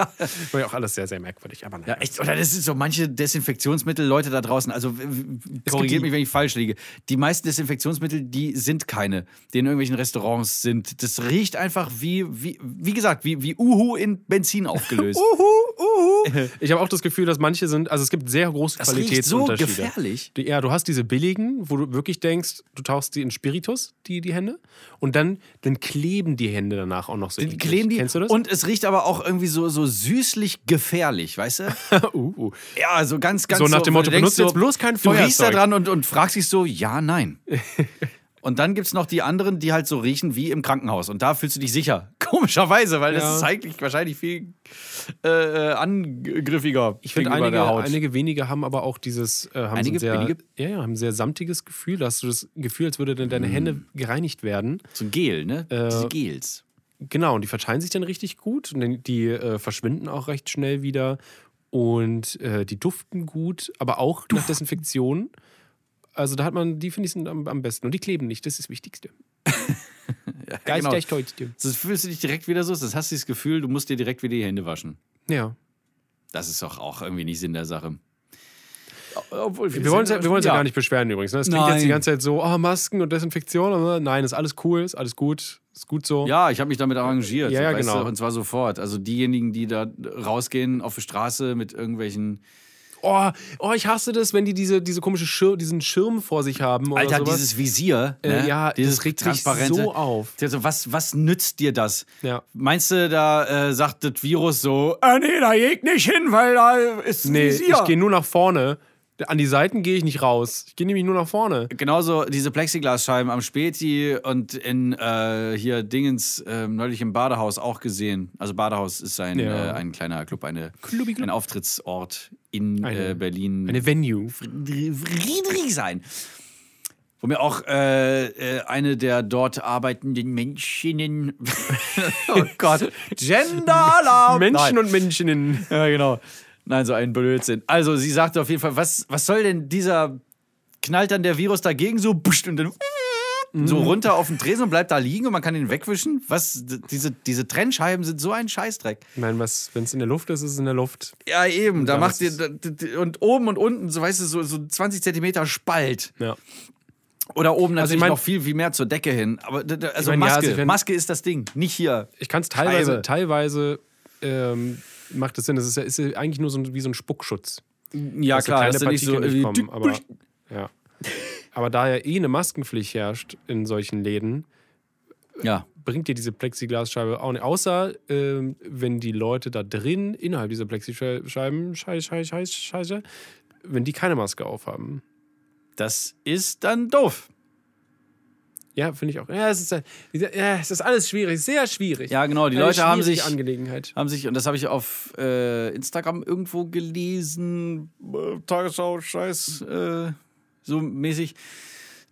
B: War ja auch alles sehr, sehr merkwürdig. Aber naja.
C: Ja, echt, oder das sind so manche Desinfektionsmittel, Leute da draußen, also w- w-
B: die-
C: korrigiert mich, wenn ich falsch liege. Die meisten Desinfektionsmittel, die sind keine, die in irgendwelchen Restaurants sind. Das riecht einfach wie, wie, wie gesagt, wie, wie Uhu in Benzin aufgelöst.
B: Ich habe auch das Gefühl, dass manche sind, also es gibt sehr große
C: Das riecht so
B: Qualitätsunterschiede.
C: gefährlich.
B: Die, ja, du hast diese billigen, wo du wirklich denkst, du tauchst die in Spiritus, die, die Hände, und dann, dann kleben die Hände danach auch noch so.
C: Dann
B: eklig.
C: kleben die.
B: Kennst du das?
C: Und es riecht aber auch irgendwie so, so süßlich gefährlich, weißt du?
B: uh, uh.
C: Ja, so ganz, ganz
B: So nach dem
C: wo
B: Motto,
C: du denkst
B: benutzt
C: so,
B: jetzt bloß kein
C: Du riechst da
B: Feuerzeug.
C: dran und, und fragst dich so, ja, nein. Und dann gibt es noch die anderen, die halt so riechen wie im Krankenhaus. Und da fühlst du dich sicher. Komischerweise, weil
B: Ja.
C: das ist eigentlich wahrscheinlich viel äh, äh, angriffiger.
B: Ich finde,
C: gegenüber
B: einige,
C: der Haut.
B: einige wenige haben aber auch dieses, äh, haben
C: Einige
B: so ein sehr,
C: wenige?
B: ja, ja, haben ein sehr samtiges Gefühl. Da hast du das Gefühl, als würde deine
C: Mm.
B: Hände gereinigt werden.
C: so ein Gel, ne?
B: Äh.
C: Diese Gels.
B: Genau, und die verteilen sich dann richtig gut und dann- die äh, verschwinden auch recht schnell wieder und äh, die duften gut, aber auch nach Desinfektion. Also da hat man, die finde ich sind am, am besten und die kleben nicht, das ist das Wichtigste.
C: Ja, genau.
B: Geist echt heute.
C: Das fühlst du dich direkt wieder so, das hast du das Gefühl, du musst dir direkt wieder die Hände waschen.
B: Ja.
C: Das ist doch auch irgendwie nicht Sinn der Sache. Obwohl,
B: Wir wollen uns ja, wir wollen uns ja. gar nicht beschweren übrigens. Ne? Es klingt jetzt die
C: Nein.
B: ganze Zeit so, ah, Masken und Desinfektion. aber Nein, ist alles cool, ist alles gut, ist gut so.
C: Ja, ich habe mich damit arrangiert.
B: Ja, ja,
C: weißt
B: genau.
C: Du? Und zwar sofort. Also diejenigen, die da rausgehen auf die Straße mit irgendwelchen.
B: Oh, oh, ich hasse das, wenn die diese, diese komische Schir diesen Schirm vor sich haben. Oder
C: Alter,
B: sowas.
C: dieses Visier.
B: Äh,
C: ne?
B: ja, das
C: dieses
B: regt mich so auf.
C: Also, was, was nützt dir das?
B: Ja.
C: Meinst du, da äh, sagt das Virus so, ah nee, da geht nicht hin, weil da ist ein
B: Nee,
C: Visier.
B: ich gehe nur nach vorne. An die Seiten gehe ich nicht raus. Ich gehe nämlich nur nach vorne.
C: Genauso diese Plexiglasscheiben am Späti und in äh, hier Dingens ähm, neulich im Badehaus auch gesehen. Also Badehaus ist ein,
B: Ja.
C: äh, ein kleiner Club, eine,
B: Clubi Club.
C: ein Auftrittsort in
B: Eine-
C: äh, Berlin.
B: Eine Venue.
C: friedrig sein. Wo mir auch äh, äh, eine der dort arbeitenden Menschen. oh Gott. Gender-Alarm!
B: Menschen
C: Nein.
B: und Menschinnen.
C: Ja, genau. Nein, so ein Blödsinn. Also, sie sagte auf jeden Fall, was, was soll denn dieser. Knallt dann der Virus dagegen so pst, und dann. So runter auf den Tresen und bleibt da liegen und man kann ihn wegwischen. Was? D- Diese, diese Trennscheiben sind so ein Scheißdreck.
B: Ich meine, wenn es in der Luft ist, ist es in der Luft.
C: Ja, eben. Da
B: Ja,
C: macht ihr.
B: das
C: da- d- Und oben und unten, so weißt du, so, so 20 Zentimeter Spalt.
B: Ja.
C: Oder oben natürlich
B: Also ich mein-
C: noch viel, viel mehr zur Decke hin. Aber d- d- also
B: Ich mein, ja,
C: Maske,
B: also wenn-
C: Maske ist das Ding, nicht hier.
B: Ich kann es teilweise,
C: Scheibe.
B: teilweise ähm, macht es Sinn. Es ist, ja, ist ja eigentlich nur so ein, wie so ein Spuckschutz.
C: Ja,
B: dass so kleine Partikel nicht kommen, aber, ja. aber da ja eh eine Maskenpflicht herrscht in solchen Läden,
C: ja.
B: bringt dir diese Plexiglasscheibe auch nicht. Außer, ähm, wenn die Leute da drin, innerhalb dieser Plexischeiben, Scheiße, Scheiße, Scheiße, Scheiße, wenn die keine Maske aufhaben.
C: Das ist dann doof.
B: Ja, finde ich auch. Ja, es ist, äh, ja, es ist alles schwierig, sehr schwierig.
C: Ja, genau. Die
B: Eine
C: Leute haben
B: schwierige
C: sich,
B: Angelegenheit.
C: haben sich, und das habe ich auf äh, Instagram irgendwo gelesen, äh, Tagesschau, Scheiß, äh, so mäßig,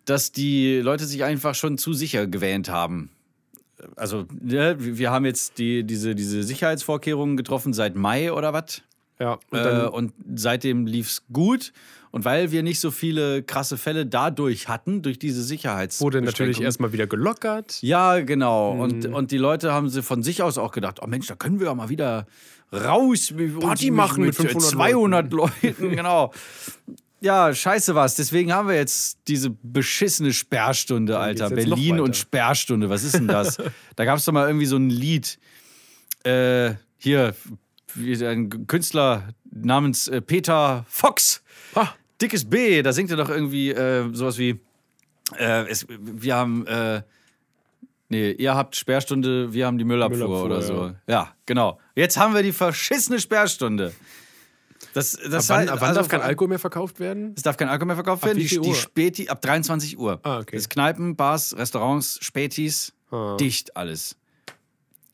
C: dass die Leute sich einfach schon zu sicher gewähnt haben. Also, ne, wir haben jetzt die, diese, diese Sicherheitsvorkehrungen getroffen seit Mai oder was?
B: Ja, und
C: Äh,
B: dann,
C: und seitdem lief's gut. Und weil wir nicht so viele krasse Fälle dadurch hatten, durch diese Sicherheits.
B: wurde natürlich
C: Beschränkungen-
B: erstmal wieder gelockert.
C: Ja, genau. Und,
B: Hm.
C: und die Leute haben sie von sich aus auch gedacht: Oh Mensch, da können wir ja mal wieder raus. mit-
B: Party machen mit 500
C: 200 Leuten. genau. Ja, scheiße was. Deswegen haben wir jetzt diese beschissene Sperrstunde, Alter.
B: geht's jetzt noch
C: Berlin
B: weiter.
C: und Sperrstunde. Was ist denn das? da gab's doch mal irgendwie so ein Lied. Äh, hier, wie- ein Künstler namens äh, Peter Fox.
B: Ha.
C: Dickes B, da singt er doch irgendwie äh, sowas wie: äh, es, Wir haben. Äh, Nee, ihr habt Sperrstunde, wir haben die Müllabfuhr,
B: Müllabfuhr,
C: oder
B: ja.
C: so. Ja. genau. Jetzt haben wir die verschissene Sperrstunde. Das, das
B: Ab wann,
C: heißt-
B: ab wann
C: also
B: darf kein
C: vor-
B: Alkohol mehr verkauft werden?
C: Es darf kein Alkohol mehr verkauft werden.
B: wie viel
C: Die, die
B: Uhr?
C: Späti ab 23 Uhr.
B: Ah, okay. Ah.
C: Das Kneipen, Bars, Restaurants, Spätis, dicht alles.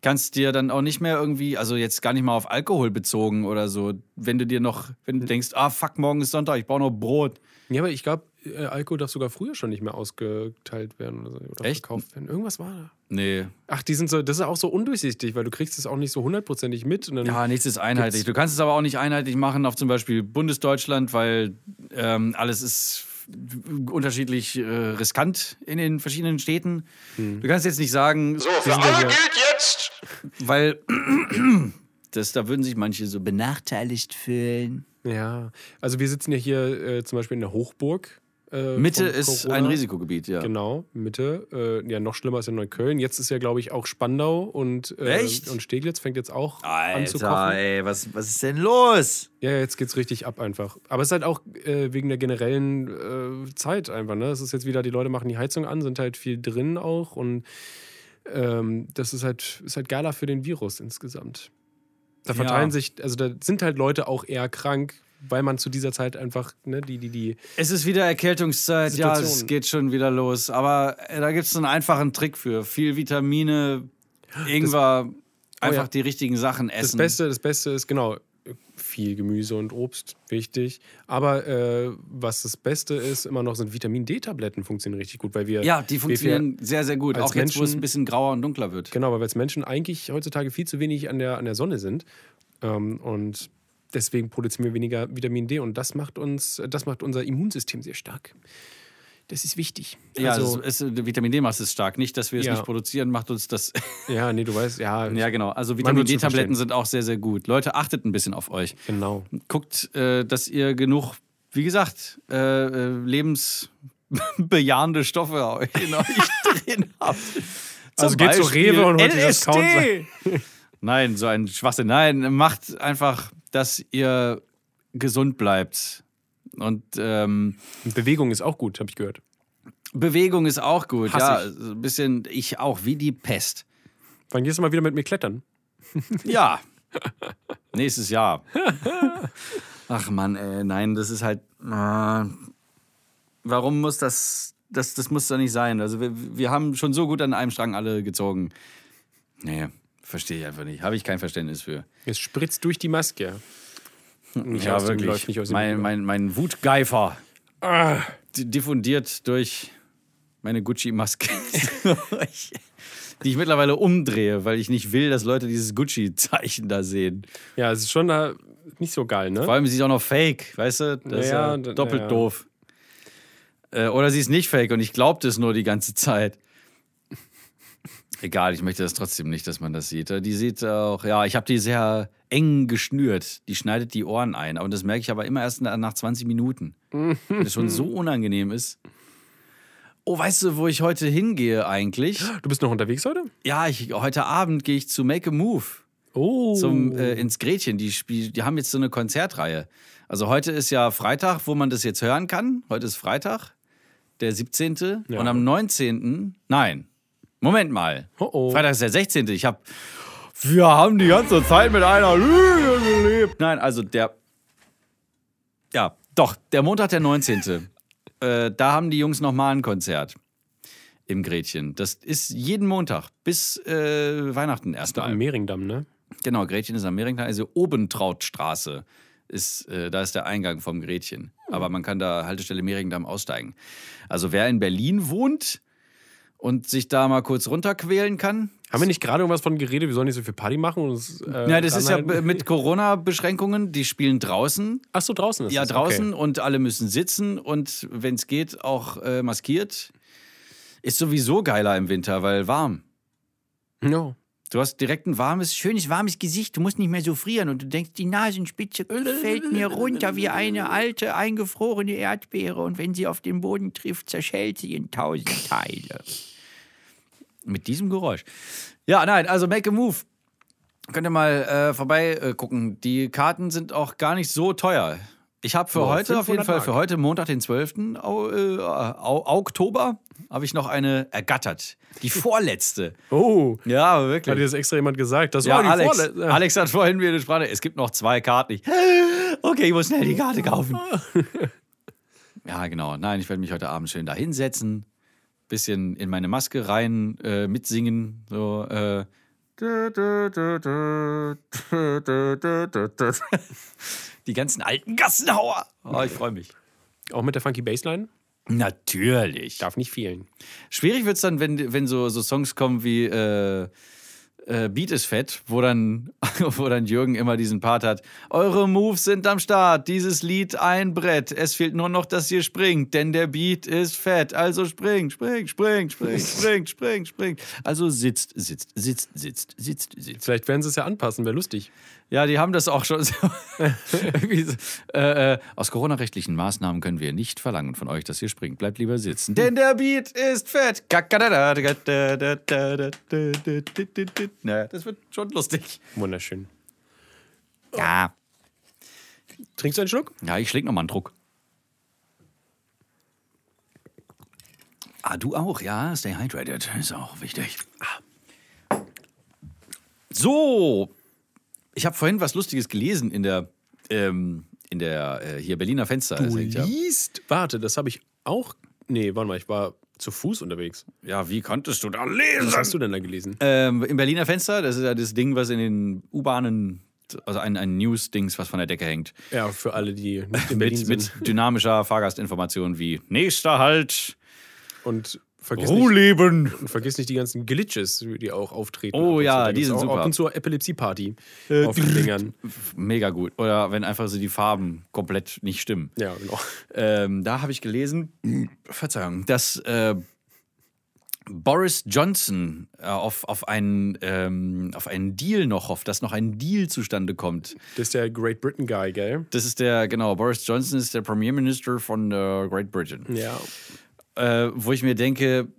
C: kannst dir dann auch nicht mehr irgendwie, also jetzt gar nicht mal auf Alkohol bezogen oder so, wenn du dir noch, wenn
B: Hm.
C: du denkst, ah fuck, morgen ist Sonntag, ich brauche noch Brot.
B: Ja, aber ich glaube, äh, Alkohol darf sogar früher schon nicht mehr ausgeteilt werden oder, so, oder
C: Echt?
B: verkauft werden. Irgendwas war da.
C: Nee.
B: Ach, die sind so, das ist auch so undurchsichtig, weil du kriegst es auch nicht so hundertprozentig mit. Und dann,
C: Ja, nichts ist einheitlich. Du kannst es aber auch nicht einheitlich machen auf zum Beispiel Bundesdeutschland, weil ähm, alles ist unterschiedlich äh, riskant in den verschiedenen Städten. Du kannst jetzt nicht sagen,
G: So, für alle gilt jetzt
C: weil das, da würden sich manche so
F: Benachteiligt fühlen.
B: ja. Also wir sitzen ja hier äh, zum Beispiel in der Hochburg. äh,
C: Mitte
B: von
C: ist
B: Corona.
C: ein Risikogebiet, ja.
B: Genau, Mitte. Äh, ja, noch schlimmer ist ja Neukölln. Jetzt ist ja, glaube ich, auch Spandau und, äh,
C: Echt?
B: und Steglitz fängt jetzt auch an zu
C: Alter,
B: kochen.
C: ey, was, was ist denn los?
B: Ja, jetzt geht's richtig ab einfach. Aber es ist halt auch äh, wegen der generellen äh, Zeit einfach, ne? Es ist jetzt wieder, die Leute machen die Heizung an, sind halt viel drin auch und ähm, das ist halt, ist halt geiler für den Virus insgesamt. Da
C: Ja.
B: verteilen sich, also da sind halt Leute auch eher krank, weil man zu dieser Zeit einfach, ne, die, die, die.
C: Es ist wieder Erkältungszeit, ja, es
B: Situation.
C: geht schon wieder los. Aber äh, da gibt es einen einfachen Trick für. Viel Vitamine, Ingwer, einfach
B: Oh ja.
C: die richtigen Sachen
B: Das
C: essen.
B: Beste, das Beste ist, genau, viel Gemüse und Obst, wichtig. Aber äh, was das Beste ist, immer noch sind Vitamin D-Tabletten funktionieren richtig gut, weil wir.
C: Ja, die
B: wir-
C: funktionieren sehr, sehr gut.
B: als
C: Auch jetzt, wo es
B: Menschen-
C: ein bisschen grauer und dunkler wird.
B: Genau, weil wir als Menschen eigentlich heutzutage viel zu wenig an der, an der Sonne sind. Ähm, und deswegen produzieren wir weniger Vitamin D und das macht uns, das macht unser Immunsystem sehr stark. Das ist wichtig.
C: Ja,
B: also,
C: es ist, äh, Vitamin D macht es stark. Nicht, dass wir es
B: Ja.
C: nicht produzieren, macht uns das.
B: ja, nee, du weißt, ja,
C: äh, ja, genau. Also
B: Man
C: Vitamin
B: wird's schon
C: D-Tabletten
B: verstehen.
C: sind auch sehr, sehr gut. Leute, achtet ein bisschen auf euch.
B: genau.
C: Guckt, äh, dass ihr genug, wie gesagt, äh, äh, lebensbejahende Stoffe in euch drin habt. Zum
B: Also geht zu
C: Beispiel
B: Rewe und holt euch das
C: LSD.
B: Count-
C: Nein, so ein Schwachsinn. Nein, macht einfach, dass ihr gesund bleibt. Und ähm,
B: Bewegung ist auch gut, habe ich gehört.
C: Bewegung ist auch gut,
B: Hass
C: ja.
B: ich.
C: So Ein bisschen, ich auch, wie die Pest.
B: Wann gehst du mal wieder mit mir klettern?
C: Ja. Nächstes Jahr. Ach Mann, ey, nein, das ist halt. ah, warum muss das. Das, das muss doch nicht sein. Also, wir, wir haben schon so gut an einem Strang alle gezogen. Nee, verstehe ich einfach nicht. Habe ich kein Verständnis für.
B: Es spritzt durch die Maske. Nicht aus dem- läuft nicht aus dem Ah.
C: mein,
B: Mund.
C: mein, mein Wutgeifer d- diffundiert durch meine Gucci-Maske, die ich mittlerweile umdrehe, weil ich nicht will, dass Leute dieses Gucci-Zeichen da sehen.
B: Ja, es ist schon da nicht so geil, ne?
C: Vor allem, sie ist auch noch fake, weißt du? Das
B: Naja,
C: ist ja
B: d-
C: doppelt
B: naja.
C: doof. Äh, Oder sie ist nicht fake und ich glaubte es nur die ganze Zeit. Egal, ich möchte das trotzdem nicht, dass man das sieht. Äh, Die sieht auch, ja, ich habe die sehr eng geschnürt. Die schneidet die Ohren ein. Und das merke ich aber immer erst na- nach 20 Minuten. Wenn es schon so unangenehm ist. Oh, weißt du, wo ich heute hingehe eigentlich?
B: Du bist noch unterwegs heute?
C: Ja, ich, heute Abend gehe ich zu Make a Move
B: Oh.
C: zum, äh, ins Gretchen. Die, spiel, die haben jetzt so eine Konzertreihe. Also heute ist ja Freitag, wo man das jetzt hören kann. Heute ist Freitag, der 17.
B: Ja.
C: Und am 19. Nein, Moment mal.
B: Oh, oh.
C: Freitag ist der 16. Ich habe... Wir haben die ganze Zeit mit einer Lüge gelebt. Nein, also der... Ja, doch, der Montag, der 19. äh, da haben die Jungs nochmal ein Konzert im Gretchen. Das ist jeden Montag bis äh, Weihnachten erstmal.
B: am Mehringdamm, ne?
C: Genau, Gretchen ist am Mehringtal, also Obentrautstraße. Ist, äh, da ist der Eingang vom Gretchen.
B: Hm.
C: Aber man kann da Haltestelle Mehringdamm aussteigen. Also wer in Berlin wohnt und sich da mal kurz runterquälen kann.
B: Haben wir nicht gerade irgendwas von geredet, wir sollen nicht so viel Party machen? Und es, äh,
C: Ja, das
B: dann
C: ist ja
B: halt-
C: b- mit Corona-Beschränkungen, die spielen draußen.
B: Ach so, draußen ist
C: Ja,
B: es,
C: draußen
B: Okay.
C: und alle müssen sitzen und wenn es geht, auch äh, maskiert. Ist sowieso geiler im Winter, weil warm.
B: No.
C: Du hast direkt ein warmes,
F: Schönes warmes Gesicht, du musst nicht mehr so frieren und du denkst, die Nasenspitze fällt mir runter wie eine alte, eingefrorene Erdbeere und wenn sie auf den Boden trifft, zerschellt sie in tausend Teile.
C: Mit diesem Geräusch. Ja, nein, also Make a Move. Könnt ihr mal äh, vorbeigucken. Äh, gucken. die Karten sind auch gar nicht so teuer. Ich habe für
B: Boah,
C: heute auf jeden
B: 500
C: Fall,
B: Mark.
C: für heute Montag, den 12. Au, äh, Au, Oktober, habe ich noch eine ergattert. Die vorletzte.
B: Oh.
C: ja,
B: Hat dir
C: wirklich.
B: das extra jemand gesagt? Das
C: Ja,
B: war die
C: Alex,
B: Vorle- äh, Ja.
C: Alex hat vorhin mir eine Sprache. Es gibt noch zwei Karten. Ich, okay, ich muss schnell die Karte kaufen. ja, genau. Nein, ich werde mich heute Abend schön da hinsetzen, bisschen in meine Maske rein äh, mitsingen. So, äh, Die ganzen alten Gassenhauer. Oh, ich freue mich.
B: Auch mit der funky Bassline?
C: Natürlich.
B: Darf nicht fehlen.
C: Schwierig wird es dann, wenn, wenn so, so Songs kommen wie äh, äh, Beat ist fett, wo dann, wo dann Jürgen immer diesen Part hat. Eure Moves sind am Start, dieses Lied ein Brett. Es fehlt nur noch, dass ihr springt, denn der Beat ist fett. Also springt, springt, springt, springt, springt, springt, springt. Also sitzt, sitzt, sitzt, sitzt, sitzt, sitzt.
B: Vielleicht werden sie es ja anpassen, wäre lustig.
C: Ja, die haben das auch schon. so- irgendwie so, äh, äh, aus Corona-rechtlichen Maßnahmen können wir nicht verlangen von euch, dass ihr springt. Bleibt lieber sitzen. Denn der Beat ist fett. Naja, Das wird schon lustig.
B: Wunderschön.
C: Ja.
B: Trinkst du einen Schluck?
C: Ja, ich schläg nochmal einen Druck. Ah, du auch, ja. Stay hydrated. Ist auch wichtig. Ah. So. Ich habe vorhin was Lustiges gelesen in der, ähm, in der äh, hier Berliner Fenster. Es hängt ja,
B: liest? Warte, das habe ich auch. Nee, warte mal, ich war zu Fuß unterwegs.
C: ja, wie konntest du da lesen?
B: Was hast du denn da gelesen?
C: Ähm, Im Berliner Fenster, das ist ja das Ding, was in den U-Bahnen, also ein, ein News-Dings, was von der Decke hängt.
B: Ja, für alle, die nicht in Berlin
C: Mit,
B: sind
C: mit dynamischer Fahrgastinformation wie nächster Halt,
B: und vergiss nicht,
C: Ruhleben.
B: und vergiss nicht die ganzen Glitches, die auch auftreten.
C: Oh
B: Ab und
C: ja,
B: zu. Da
C: die
B: gibt's
C: sind
B: auch,
C: super. Äh,
B: Ab und zur Epilepsie-Party auf den Dingern.
C: Mega gut. Oder wenn einfach so die Farben komplett nicht stimmen.
B: Ja, genau.
C: Ähm, da habe ich gelesen, Verzeihung, dass äh, Boris Johnson äh, auf, auf, einen, ähm, auf einen Deal noch hofft, dass noch ein Deal zustande kommt.
B: Das ist der Great Britain Guy, gell?
C: Das ist der, genau, Boris Johnson ist der Premierminister von äh, Great Britain.
B: Ja.
C: äh, wo ich mir denke,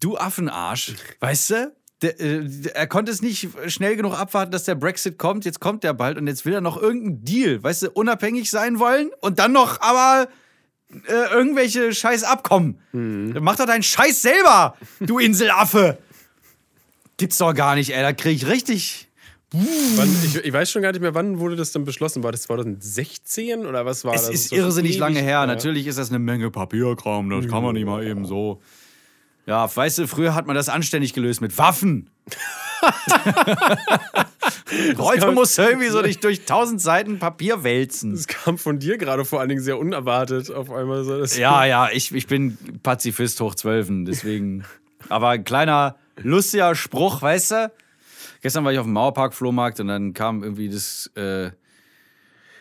C: du Affenarsch, weißt du? Der, äh, der- er konnte es nicht schnell genug abwarten, dass der Brexit kommt. Jetzt kommt der bald und jetzt will er noch irgendeinen Deal, weißt du, unabhängig sein wollen und dann noch aber äh, irgendwelche scheiß Abkommen. Dann mach doch deinen Scheiß selber, du Inselaffe. Gibt's doch gar nicht, ey. Da krieg ich richtig.
B: Wann, ich, ich weiß schon gar nicht mehr, wann wurde das denn beschlossen? War das 2016 oder was war
C: Es
B: das?
C: ist
B: Das war schon
C: irrsinnig
B: ewig-
C: lange her.
B: Ja.
C: Natürlich ist das eine Menge Papierkram. Das kann man nicht mal eben so. Ja, weißt du, früher hat man das anständig gelöst mit Waffen. Heute muss irgendwie so dich durch tausend Seiten Papier wälzen.
B: Das kam von dir gerade vor allen Dingen sehr unerwartet auf einmal. So, das
C: Ja, ja, ich, ich bin Pazifist hoch Zwölfen, deswegen. Aber ein kleiner, lustiger Spruch, weißt du? Gestern war ich auf dem Mauerpark-Flohmarkt und dann kam irgendwie das äh,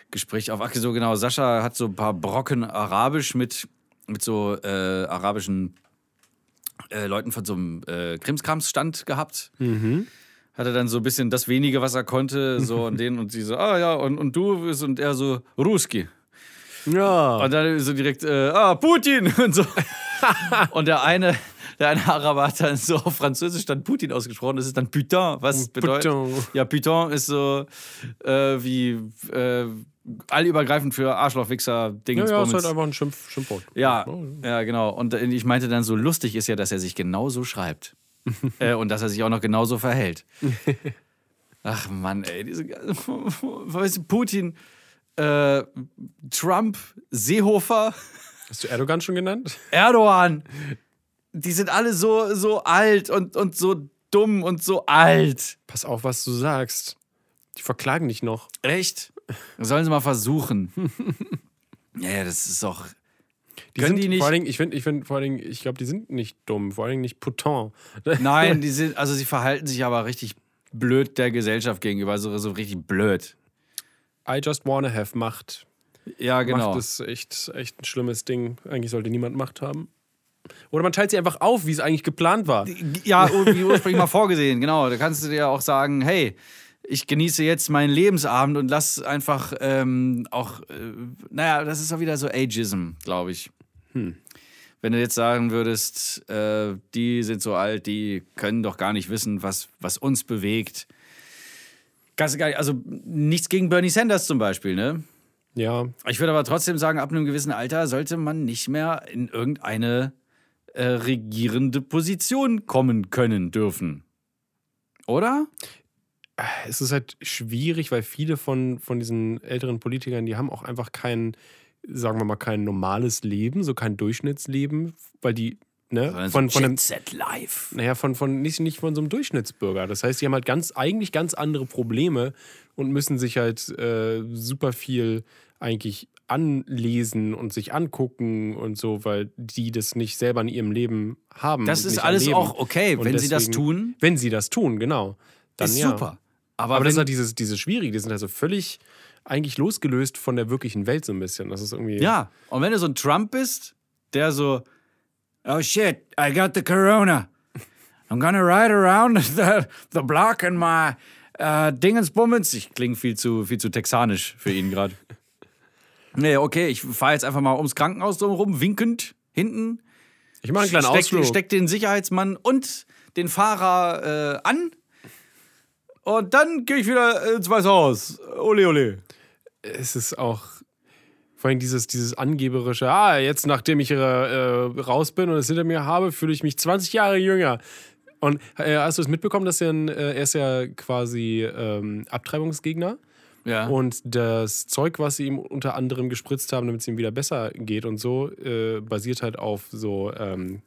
C: Gespräch auf. Ach, so genau, Sascha hat so ein paar Brocken Arabisch mit, mit so äh, arabischen äh, Leuten von so einem äh, Krimskrams-Stand gehabt. Hat er dann so ein bisschen das Wenige, was er konnte, so und den und sie so, ah ja, und, und du bist und er so, Ruski.
B: ja.
C: Und dann so direkt, äh, ah, Putin und so. und der eine, der eine Araber hat dann so auf Französisch dann Putin ausgesprochen. Das ist dann Putin, was bedeutet.
B: Putin.
C: Ja, Putin ist so äh, wie äh, allübergreifend für Arschlochwichser,
B: Ja,
C: Dings,
B: ja, ist
C: Bummens.
B: halt einfach ein Schimpf, Schimpfwort.
C: Ja, ja, genau. Und ich meinte dann so, lustig ist ja, dass er sich genauso schreibt. äh, und dass er sich auch noch genauso verhält. Ach Mann, ey, diese ganzen- weißt du, Putin, äh, Trump, Seehofer,
B: Hast du Erdogan schon genannt?
C: Erdogan, die sind alle so, so alt und, und so dumm und so alt.
B: Pass auf, was du sagst. Die verklagen dich noch.
C: Echt? Sollen sie mal versuchen. ja, ja, das ist doch.
B: Die
C: Können
B: sind
C: die nicht-
B: Vor allen Dingen, ich finde, ich finde, vor allen Dingen, ich glaube, die sind nicht dumm. Vor allen Dingen nicht putain.
C: Nein, die sind, also sie verhalten sich aber richtig blöd der Gesellschaft gegenüber. Also so richtig blöd.
B: I just wanna have Macht.
C: Ja, genau.
B: Macht ist echt, echt ein schlimmes Ding. Eigentlich sollte niemand Macht haben. Oder man teilt sie einfach auf, wie es eigentlich geplant war.
C: ja, ur- wie ursprünglich mal vorgesehen, genau. Da kannst du dir auch sagen, hey, ich genieße jetzt meinen Lebensabend und lass einfach ähm, auch, äh, naja, das ist auch wieder so Ageism, glaube ich. Wenn du jetzt sagen würdest, äh, die sind so alt, die können doch gar nicht wissen, was, was uns bewegt. Kannst du gar nicht, also nichts gegen Bernie Sanders zum Beispiel, ne?
B: Ja,
C: Ich würde aber trotzdem sagen, ab einem gewissen Alter sollte man nicht mehr in irgendeine äh, regierende Position kommen können dürfen. Oder?
B: es ist halt schwierig, weil viele von, von diesen älteren Politikern, die haben auch einfach kein, sagen wir mal, kein normales Leben, so kein Durchschnittsleben, weil die Ne? Von, von einem,
C: Also Set Live.
B: naja, von, von, nicht, nicht von so einem Durchschnittsbürger. Das heißt, die haben halt ganz, eigentlich ganz andere Probleme und müssen sich halt äh, super viel eigentlich anlesen und sich angucken und so, weil die das nicht selber in ihrem Leben haben.
C: Das
B: und
C: ist
B: nicht
C: alles
B: erleben.
C: auch okay,
B: Und
C: wenn sie das tun.
B: Wenn sie das tun, genau. Dann
C: ist
B: ja.
C: super.
B: Aber,
C: Aber,
B: das
C: wenn,
B: ist halt dieses, dieses Schwierige. Die sind also völlig eigentlich losgelöst von der wirklichen Welt so ein bisschen. Das ist irgendwie.
C: ja, und wenn du so ein Trump bist, der so,
F: Oh shit, I got the corona. I'm gonna ride around the, the block in my.
C: äh, Dingensbummens, ich klinge viel zu, viel zu texanisch für ihn gerade. nee, okay, ich fahre jetzt einfach mal ums Krankenhaus drum rum, winkend, hinten,
B: Ich mache einen kleinen
C: steck,
B: Ausflug.
C: steck den Sicherheitsmann und den Fahrer äh, an. Und dann gehe ich wieder ins Weiße Haus. Ole, ole.
B: es ist auch vor allem dieses, dieses angeberische, ah, jetzt nachdem ich äh, äh, raus bin und es hinter mir habe, fühle ich mich 20 Jahre jünger. Und äh, hast du es mitbekommen, dass er, ein, äh, er ist ja quasi ähm, Abtreibungsgegner
C: Ja.
B: und das Zeug, was sie ihm unter anderem gespritzt haben, damit es ihm wieder besser geht und so, äh, basiert halt auf so ähm,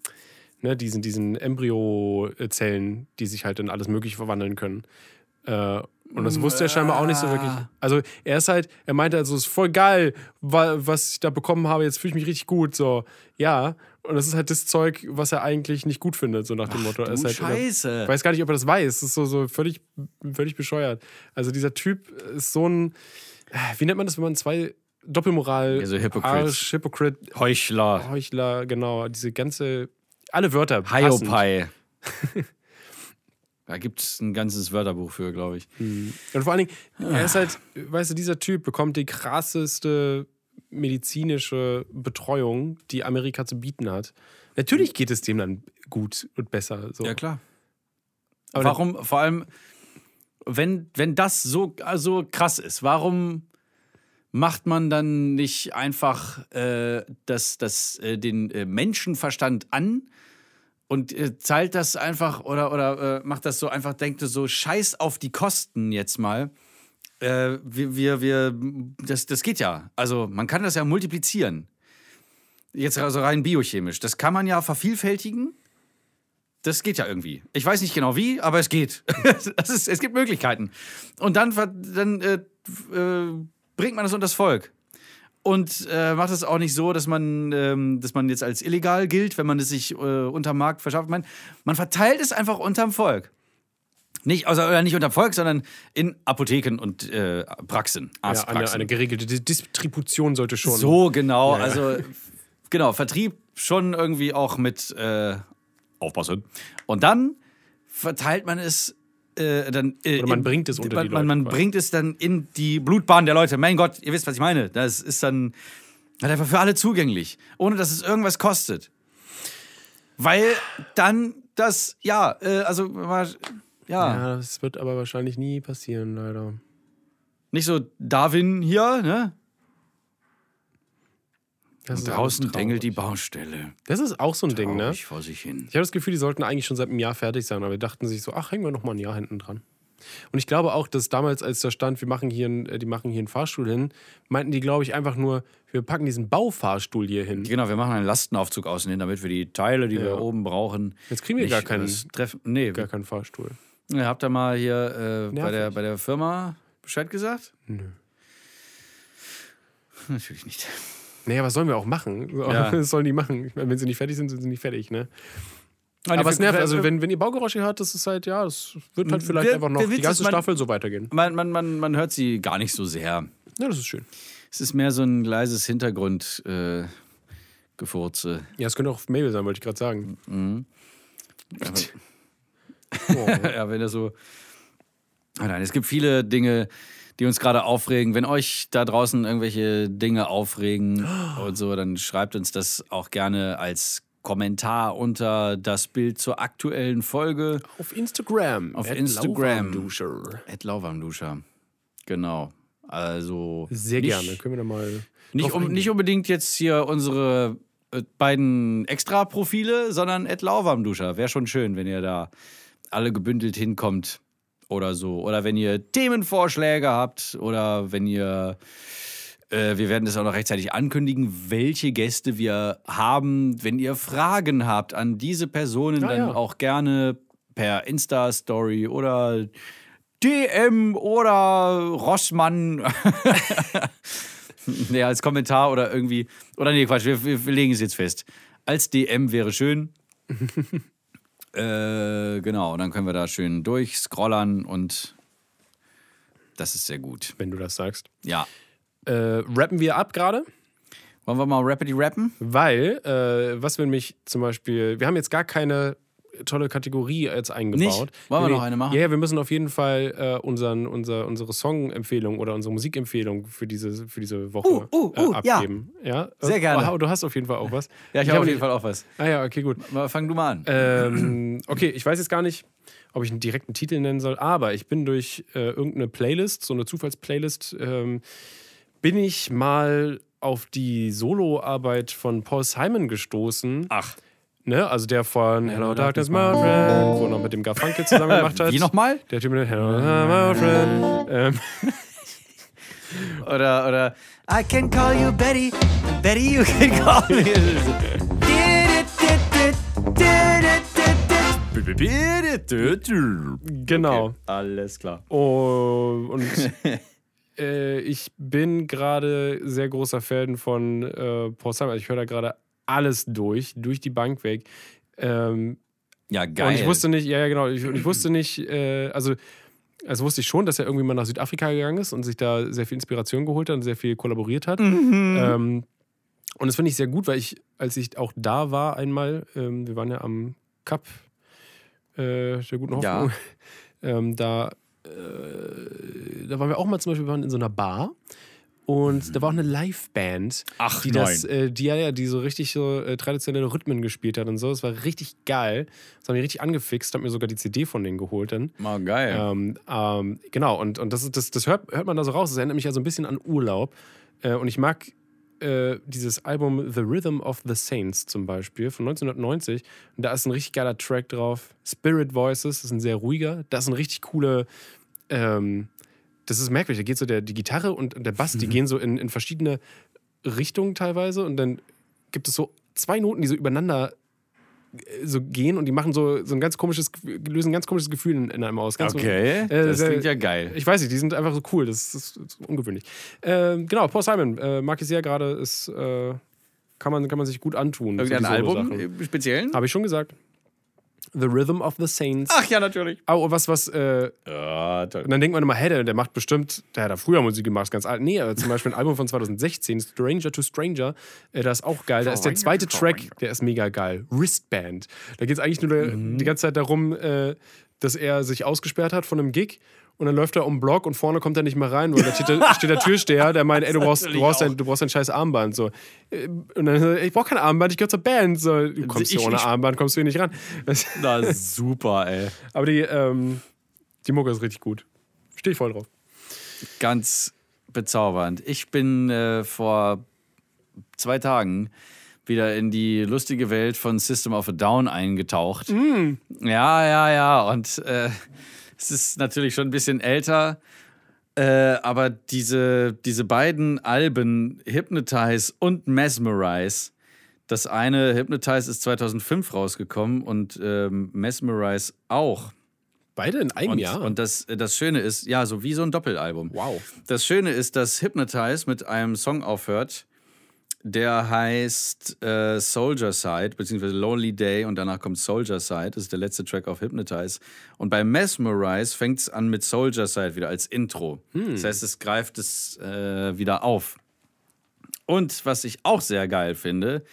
B: ne, diesen, diesen Embryozellen, die sich halt in alles Mögliche verwandeln können. Äh, und das wusste er scheinbar auch nicht so wirklich. Also er ist halt, er meinte also, es ist voll geil, wa- was ich da bekommen habe, jetzt fühle ich mich richtig gut, so. Ja, und das ist halt das Zeug, was er eigentlich nicht gut findet, so nach dem Motto. Er ist halt
C: Scheiße.
B: Ich weiß gar nicht, ob er das weiß. Das ist so, so völlig, völlig bescheuert. Also dieser Typ ist so ein, wie nennt man das, wenn man zwei Doppelmoral,
C: Ja, so Hypocrites.
B: Arsch, Hypocrite,
C: Heuchler.
B: Heuchler, genau, diese ganze, alle Wörter. passend.
C: Hiopai. da gibt es ein ganzes Wörterbuch für, glaube ich.
B: Und vor allen Dingen, er ist halt, weißt du, dieser Typ bekommt die krasseste medizinische Betreuung, die Amerika zu bieten hat. Natürlich geht es dem dann gut und besser. So.
C: Ja, klar.
B: Aber
C: warum, vor allem, wenn, wenn das so also krass ist, warum macht man dann nicht einfach äh, das, das, äh, den äh, Menschenverstand an und äh, zahlt das einfach oder, oder äh, macht das so einfach, denkt so, scheiß auf die Kosten jetzt mal. Äh, wir, wir, wir, das, das geht ja. Also man kann das ja multiplizieren. Jetzt also rein biochemisch. Das kann man ja vervielfältigen. Das geht ja irgendwie. Ich weiß nicht genau wie, aber es geht. das ist, es gibt Möglichkeiten. Und dann, ver- dann äh, äh, bringt man das unter das Volk. Und äh, macht es auch nicht so, dass man, ähm, dass man jetzt als illegal gilt, wenn man es sich äh, unterm Markt verschafft. Man, man verteilt es einfach unterm Volk. Nicht, also, oder nicht unterm Volk, sondern in Apotheken und äh, Praxen.
B: ja, eine,
C: Arztpraxen.
B: eine geregelte Dis- Distribution sollte schon.
C: So, genau. Also, genau, Vertrieb schon irgendwie auch mit äh, Aufpassen. Und dann verteilt man es. Äh, dann, äh,
B: Oder man bringt es unter
C: man,
B: die
C: Man, man
B: Leute
C: bringt es dann in die Blutbahn der Leute. Mein Gott, ihr wisst, was ich meine. Das ist dann halt einfach für alle zugänglich, ohne dass es irgendwas kostet. Weil dann das, ja, äh, also, mal- ja.
B: Ja, das wird aber wahrscheinlich nie passieren, leider.
C: nicht so Darwin hier, ne?
B: Das ist
C: Draußen
B: alles
C: dengelt die
B: traurig.
C: Baustelle.
B: Das ist auch so ein Ding, ne?
C: Traurig vor sich hin.
B: Ich habe das Gefühl, die sollten eigentlich schon seit einem Jahr fertig sein, aber die dachten sich so, ach, hängen wir noch mal ein Jahr hinten dran. Und ich glaube auch, dass damals, als da stand, wir machen hier, einen- äh, die machen hier einen Fahrstuhl hin, meinten die, glaube ich, einfach nur, wir packen diesen Baufahrstuhl hier hin.
C: Genau, wir machen einen Lastenaufzug außen hin, damit wir die Teile, die wir oben brauchen.
B: Jetzt kriegen wir
C: nicht
B: gar keinen-
C: übers Treffen. Nee,
B: Gar keinen Fahrstuhl.
C: ihr habt da mal hier äh, bei,
B: Nervig.
C: der, bei der Firma Bescheid gesagt? Nö. Natürlich nicht.
B: Naja, was sollen wir auch machen? So,
C: Ja.
B: Was sollen die machen? Ich meine, wenn sie nicht fertig sind, sind sie nicht fertig, ne?
C: nee,
B: Aber es
C: wir-
B: nervt,
C: wir-
B: also wenn, wenn ihr Baugeräusche hört, das ist halt, ja, das wird halt vielleicht
C: Der-
B: einfach
C: der
B: noch die
C: Witz
B: ganze
C: ist, man-
B: Staffel so weitergehen.
C: Man, man, man, man hört sie gar nicht so sehr.
B: Ja, das ist schön.
C: Es ist mehr so ein leises Hintergrundgefurze. Äh, Gefurze.
B: Ja, es könnte auch Mabel sein, wollte ich gerade sagen.
C: ja, wenn er so. Oh nein, es gibt viele Dinge, die uns gerade aufregen. Wenn euch da draußen irgendwelche Dinge aufregen und so, dann schreibt uns das auch gerne als Kommentar unter das Bild zur aktuellen Folge.
B: Auf Instagram.
C: Auf
B: At
C: Instagram.
B: Lauwarmduscher.
C: Ed Lauwarmduscher. Genau. Also.
B: Sehr
C: nicht,
B: gerne. Können wir da mal.
C: Nicht,
B: drauf
C: um,
B: eingehen.
C: nicht unbedingt jetzt hier unsere äh, beiden Extra-Profile, sondern Ed Lauwarmduscher. Wäre schon schön, wenn ihr da alle gebündelt hinkommt oder so. Oder wenn ihr Themenvorschläge habt oder wenn ihr Äh, wir werden das auch noch rechtzeitig ankündigen, welche Gäste wir haben. Wenn ihr Fragen habt an diese Personen, dann
B: ja.
C: auch gerne per Insta-Story oder DM oder Rossmann. ja, als Kommentar oder irgendwie. Oder nee, Quatsch, wir, wir, wir legen es jetzt fest. Als DM wäre schön. äh, genau, dann können wir da schön durchscrollern und das ist sehr gut.
B: wenn du das sagst.
C: Ja.
B: Äh, rappen wir ab gerade?
C: Wollen wir mal Rappity rappen?
B: Weil, äh, was will mich zum Beispiel, wir haben jetzt gar keine tolle Kategorie jetzt eingebaut.
C: Nicht? Wollen wir noch eine machen?
B: Ja, ja, wir müssen auf jeden Fall äh, unseren, unser, unsere Song-Empfehlung oder unsere Musikempfehlung für diese, für diese Woche
C: Uh, uh, uh,
B: äh,
C: ja.
B: abgeben. Ja.
C: Sehr gerne.
B: Oh, du hast auf jeden Fall auch was.
C: Ja, ich, habe auf jeden Fall auch was.
B: Ah ja, okay, gut.
C: Mal, fang du mal an.
B: Ähm, okay, ich weiß jetzt gar nicht, ob ich einen direkten Titel nennen soll, aber ich bin durch äh, irgendeine Playlist, so eine Zufallsplaylist, ähm, bin ich mal auf die Soloarbeit von Paul Simon gestoßen. Ach. Ne, also der von Hello Darkness, my friend, wo er noch mit dem Garfunkel zusammen gemacht hat.
C: Wie nochmal?
B: Der Typ mit Hello, my friend. Ähm,
C: Oder, oder.
F: I can call you Betty, and Betty you can call me.
B: genau.
C: Alles klar.
B: Oh, und äh, ich bin gerade sehr großer Fan von äh, Paul Simon. Also ich höre da gerade alles durch, durch die Bank weg. Ähm,
C: Ja,
B: und
C: geil.
B: ich wusste nicht, ja, ja genau, ich, und ich wusste nicht, äh, also, also wusste ich schon, dass er irgendwie mal nach Südafrika gegangen ist und sich da sehr viel Inspiration geholt hat und sehr viel kollaboriert hat.
C: Mhm.
B: Ähm, und das finde ich sehr gut, weil ich, als ich auch da war einmal, ähm, wir waren ja am Cup äh, der guten Hoffnung,
C: Ja.
B: ähm, da, äh, da waren wir auch mal zum Beispiel, wir waren in so einer Bar. Und da war auch eine Liveband,
C: Ach,
B: die das, äh, die ja, ja, die so richtig so äh, traditionelle Rhythmen gespielt hat und so. Das war richtig geil. Das haben die richtig angefixt, hab mir sogar die CD von denen geholt dann.
C: Mal geil.
B: Ähm, ähm, genau, und, und das, ist- das, das hört, hört man da so raus. Das erinnert mich ja so ein bisschen an Urlaub. Äh, und ich mag äh, dieses Album The Rhythm of the Saints zum Beispiel von 1990. Und da ist ein richtig geiler Track drauf. Spirit Voices ist ein sehr ruhiger. Da ist ein richtig coole. Ähm, das ist merkwürdig. Da geht so der, die Gitarre und und der Bass,
C: Mhm.
B: die gehen so in, in verschiedene Richtungen teilweise. Und dann gibt es so zwei Noten, die so übereinander äh, so gehen und die machen so, so ein ganz komisches, lösen ein ganz komisches Gefühl in, in einem aus. Ganz
C: okay,
B: äh,
C: das
B: sehr-
C: klingt ja geil.
B: ich weiß nicht, die sind einfach so cool, das ist, das ist ungewöhnlich. Ähm, genau, Paul Simon, äh, mag ich sehr gerade, ist, äh, kann, man, kann man sich gut antun. so
C: Irgendein
B: die
C: Album
B: Solo-Sachen.
C: im speziellen?
B: Habe ich schon gesagt. The Rhythm of the Saints.
C: ja, natürlich.
B: Oh, und was, was, äh,
C: Ja, toll.
B: und dann denkt man immer, hä, der, der macht bestimmt, der hat da früher Musik gemacht, ist ganz alt. Nee, aber zum Beispiel ein Album von 2016, Stranger to Stranger, äh, das ist auch geil. Da ist der zweite Track, der ist mega geil. Wristband. Da geht es eigentlich nur der, die ganze Zeit darum, äh, dass er sich ausgesperrt hat von einem Gig. Und dann läuft er um den Block und vorne kommt er nicht mehr rein, weil da steht, der- steht der Türsteher, der meint, ey, du brauchst, du, brauchst dein, du brauchst dein scheiß Armband. So. Äh, Und dann, sagt er, ich brauch kein Armband, ich gehöre zur Band. So, du kommst hier
C: Also Ich-
B: ohne
C: ich-
B: Armband, kommst du hier nicht ran. Das,
C: Na, super, ey.
B: aber die, ähm, die Mucke ist richtig gut. Stehe ich voll drauf.
C: Ganz bezaubernd. Ich bin äh, vor zwei Tagen wieder in die lustige Welt von System of a Down eingetaucht. Ja, ja, ja. Und äh, es ist natürlich schon ein bisschen älter. Äh, aber diese, diese beiden Alben, Hypnotize und Mesmerize, das eine, Hypnotize ist 2005 rausgekommen und ähm, Mesmerize auch.
B: Beide in einem
C: Und,
B: Jahr?
C: und das, das Schöne ist, ja, so wie so ein Doppelalbum.
B: wow.
C: Das Schöne ist, dass Hypnotize mit einem Song aufhört, der heißt äh, Soldier Side, beziehungsweise Lonely Day und danach kommt Soldier Side. Das ist der letzte Track auf Hypnotize. Und bei Mesmerize fängt es an mit Soldier Side wieder als Intro. Das heißt, es greift es äh, wieder auf. Und was ich auch sehr geil finde,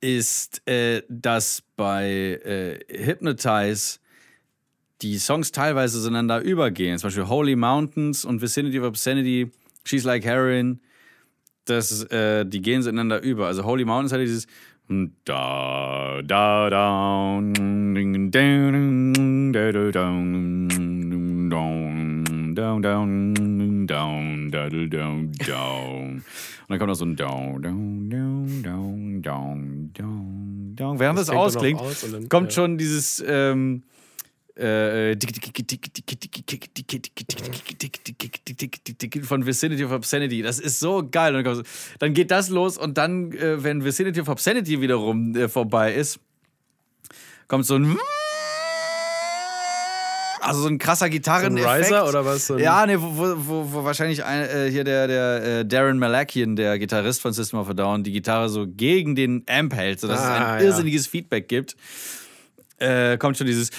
C: ist, äh, dass bei äh, Hypnotize die Songs teilweise zueinander übergehen. Zum Beispiel Holy Mountains und Vicinity of Obscenity, She's Like Heroin. Das, äh, die gehen zueinander über. Also Holy Mountains hat dieses da da da ding, ding, ding, da, da, da, ding, dong, dong, dong, dong, da, da, dong, dong. Und dann kommt noch so ein Down, Down, Down, Down, Down, Down, Down. Während das,
B: fängt dann noch
C: ausklingt,
B: aus und dann-
C: kommt
B: ja.
C: schon dieses ähm, äh, dick, dick, dick, dick, dick, dick, dick, dick, dick, dick, dick, dick, dick, dick, dick, dick, dick, von Vicinity of Obscenity. Das ist so geil. Und dann kommt- Dann geht das los und dann, äh, wenn Vicinity of Obscenity wiederum äh, vorbei ist, kommt so ein also so ein krasser Gitarren
B: So ein Riser oder was? So ein-
C: ja, ne, wo, wo, wo, wo wahrscheinlich ein, äh, hier der, der äh, Darren Malakian, der Gitarrist von System of a Down, die Gitarre so gegen den Amp hält, sodass es
B: Ah,
C: ein
B: ja.
C: irrsinniges Feedback gibt. Äh, kommt schon dieses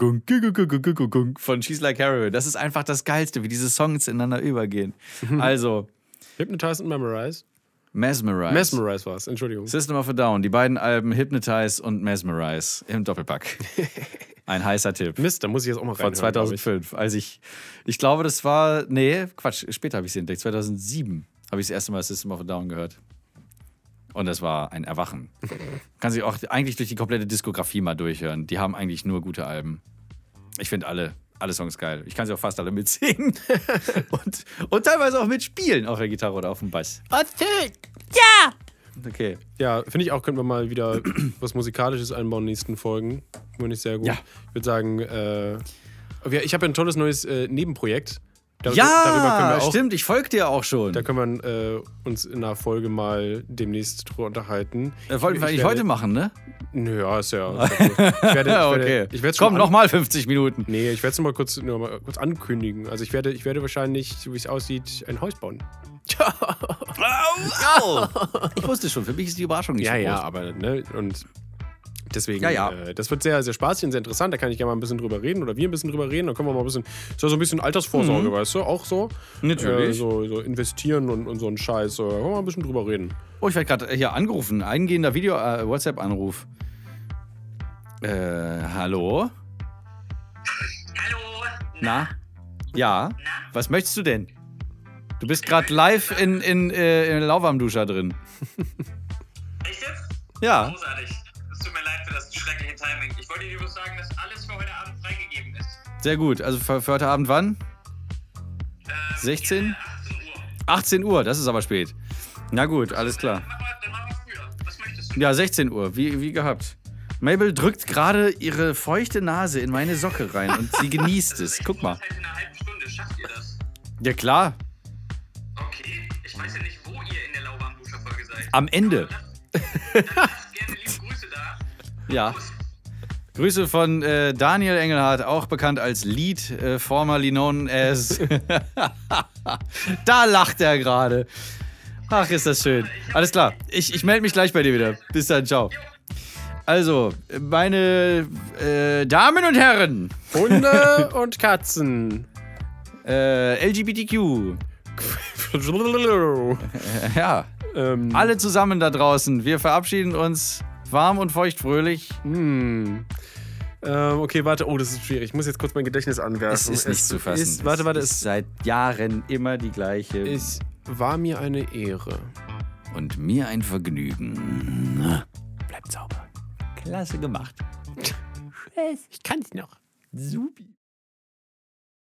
C: von She's Like Heroin. Das ist einfach das Geilste, wie diese Songs ineinander übergehen. Also,
B: Hypnotize und Memorize.
C: Mesmerize.
B: Mesmerize war es, Entschuldigung.
C: System of a Down, die beiden Alben Hypnotize und Mesmerize im Doppelpack. Ein heißer Tipp.
B: Mist, da muss ich jetzt auch mal rein.
C: Von 2005. Als ich, ich glaube, das war, nee, Quatsch, später habe ich sie entdeckt. 2007 habe ich das erste Mal System of a Down gehört. Und das war ein Erwachen. Kann sich auch eigentlich durch die komplette Diskografie mal durchhören. Die haben eigentlich nur gute Alben. Ich finde alle, alle Songs geil. Ich kann sie auch fast alle mitsingen. und, und teilweise auch mitspielen, auf der Gitarre oder auf dem Bass. Okay.
B: Ja, finde ich auch, könnten wir mal wieder was Musikalisches einbauen in den nächsten Folgen. Finde ich sehr gut.
C: Ja.
B: Ich würde sagen, äh, wir- ich habe ja ein tolles neues äh, Nebenprojekt. Dar- darüber können
C: Ja,
B: wir auch,
C: stimmt, ich folge dir auch schon.
B: Da können wir äh, uns in einer Folge mal demnächst drüber unterhalten.
C: Das Äh, wollten wir
B: Ich
C: eigentlich
B: werde-
C: heute machen, ne?
B: Nö, Ja, ist ja. Ist ja cool. ich werde, ich
C: Ja,
B: werde,
C: okay.
B: Ich werde schon
C: Komm, nochmal 50 Minuten.
B: Nee, ich werde es mal kurz, nur mal kurz ankündigen. Also ich werde, ich werde wahrscheinlich, so wie es aussieht, ein Haus bauen.
C: Ich wusste schon, für mich ist die Überraschung nicht
B: Oh. Ja,
C: so
B: ja,
C: groß.
B: aber ne, und deswegen,
C: Ja, ja.
B: Äh, das wird sehr, sehr spaßig und sehr interessant. Da kann ich gerne mal ein bisschen drüber reden oder wir ein bisschen drüber reden. Da können wir mal ein bisschen, ist ja so ein bisschen Altersvorsorge, weißt du, auch so.
C: Natürlich.
B: Äh, so, so investieren und, und so ein Scheiß. So. Da können wir mal ein bisschen drüber reden.
C: Oh, ich werde gerade hier angerufen. Eingehender Video, äh, WhatsApp-Anruf. Äh, hallo?
H: Hallo.
C: Na? Ja? Was möchtest du denn? Du bist gerade live in, in, äh, in Lauwarmduscher drin.
H: Echt jetzt?
C: Ja.
H: Großartig. Es tut mir leid für das schreckliche Timing. Ich wollte dir bloß sagen, dass alles für heute Abend freigegeben ist.
C: Sehr gut. Also für, für heute Abend wann?
H: Ähm,
C: 16?
H: gerne
C: 18
H: 18 Uhr.
C: Uhr, das ist aber spät. Na gut, alles klar.
H: Dann machen wir, dann machen wir früher. Was möchtest du?
C: Ja, 16 Uhr, wie, wie gehabt. Mabel drückt gerade ihre feuchte Nase in meine Socke rein und sie genießt es. Guck mal.
H: Das heißt halt in einer halben Stunde. Schafft ihr das?
C: Ja, klar.
H: Okay. Ich weiß ja nicht, wo ihr in der Laubarmbuscher-Folge seid.
C: Am Ende.
H: Lasst gerne liebe Grüße da.
C: Ja. Grüße von äh, Daniel Engelhardt, auch bekannt als Lead, äh, formerly known as. da lacht er gerade. Ach, ist das schön. Alles klar, ich, ich melde mich gleich bei dir wieder. Bis dann, ciao. Also, meine äh, Damen und Herren,
B: Hunde und Katzen.
C: äh, LGBTQ, ja,
B: ähm,
C: alle zusammen da draußen, wir verabschieden uns warm und feuchtfröhlich.
B: Hm. ähm, okay, warte. Oh, das ist schwierig. Ich muss jetzt kurz mein Gedächtnis anwerfen.
C: Es ist nicht zu fassen.
B: Ist, warte, warte.
C: Es ist
B: Es,
C: seit Jahren immer die gleiche.
B: es war mir eine Ehre.
C: und mir ein Vergnügen. Bleibt sauber. Klasse gemacht.
F: Ich kann es noch. Supi.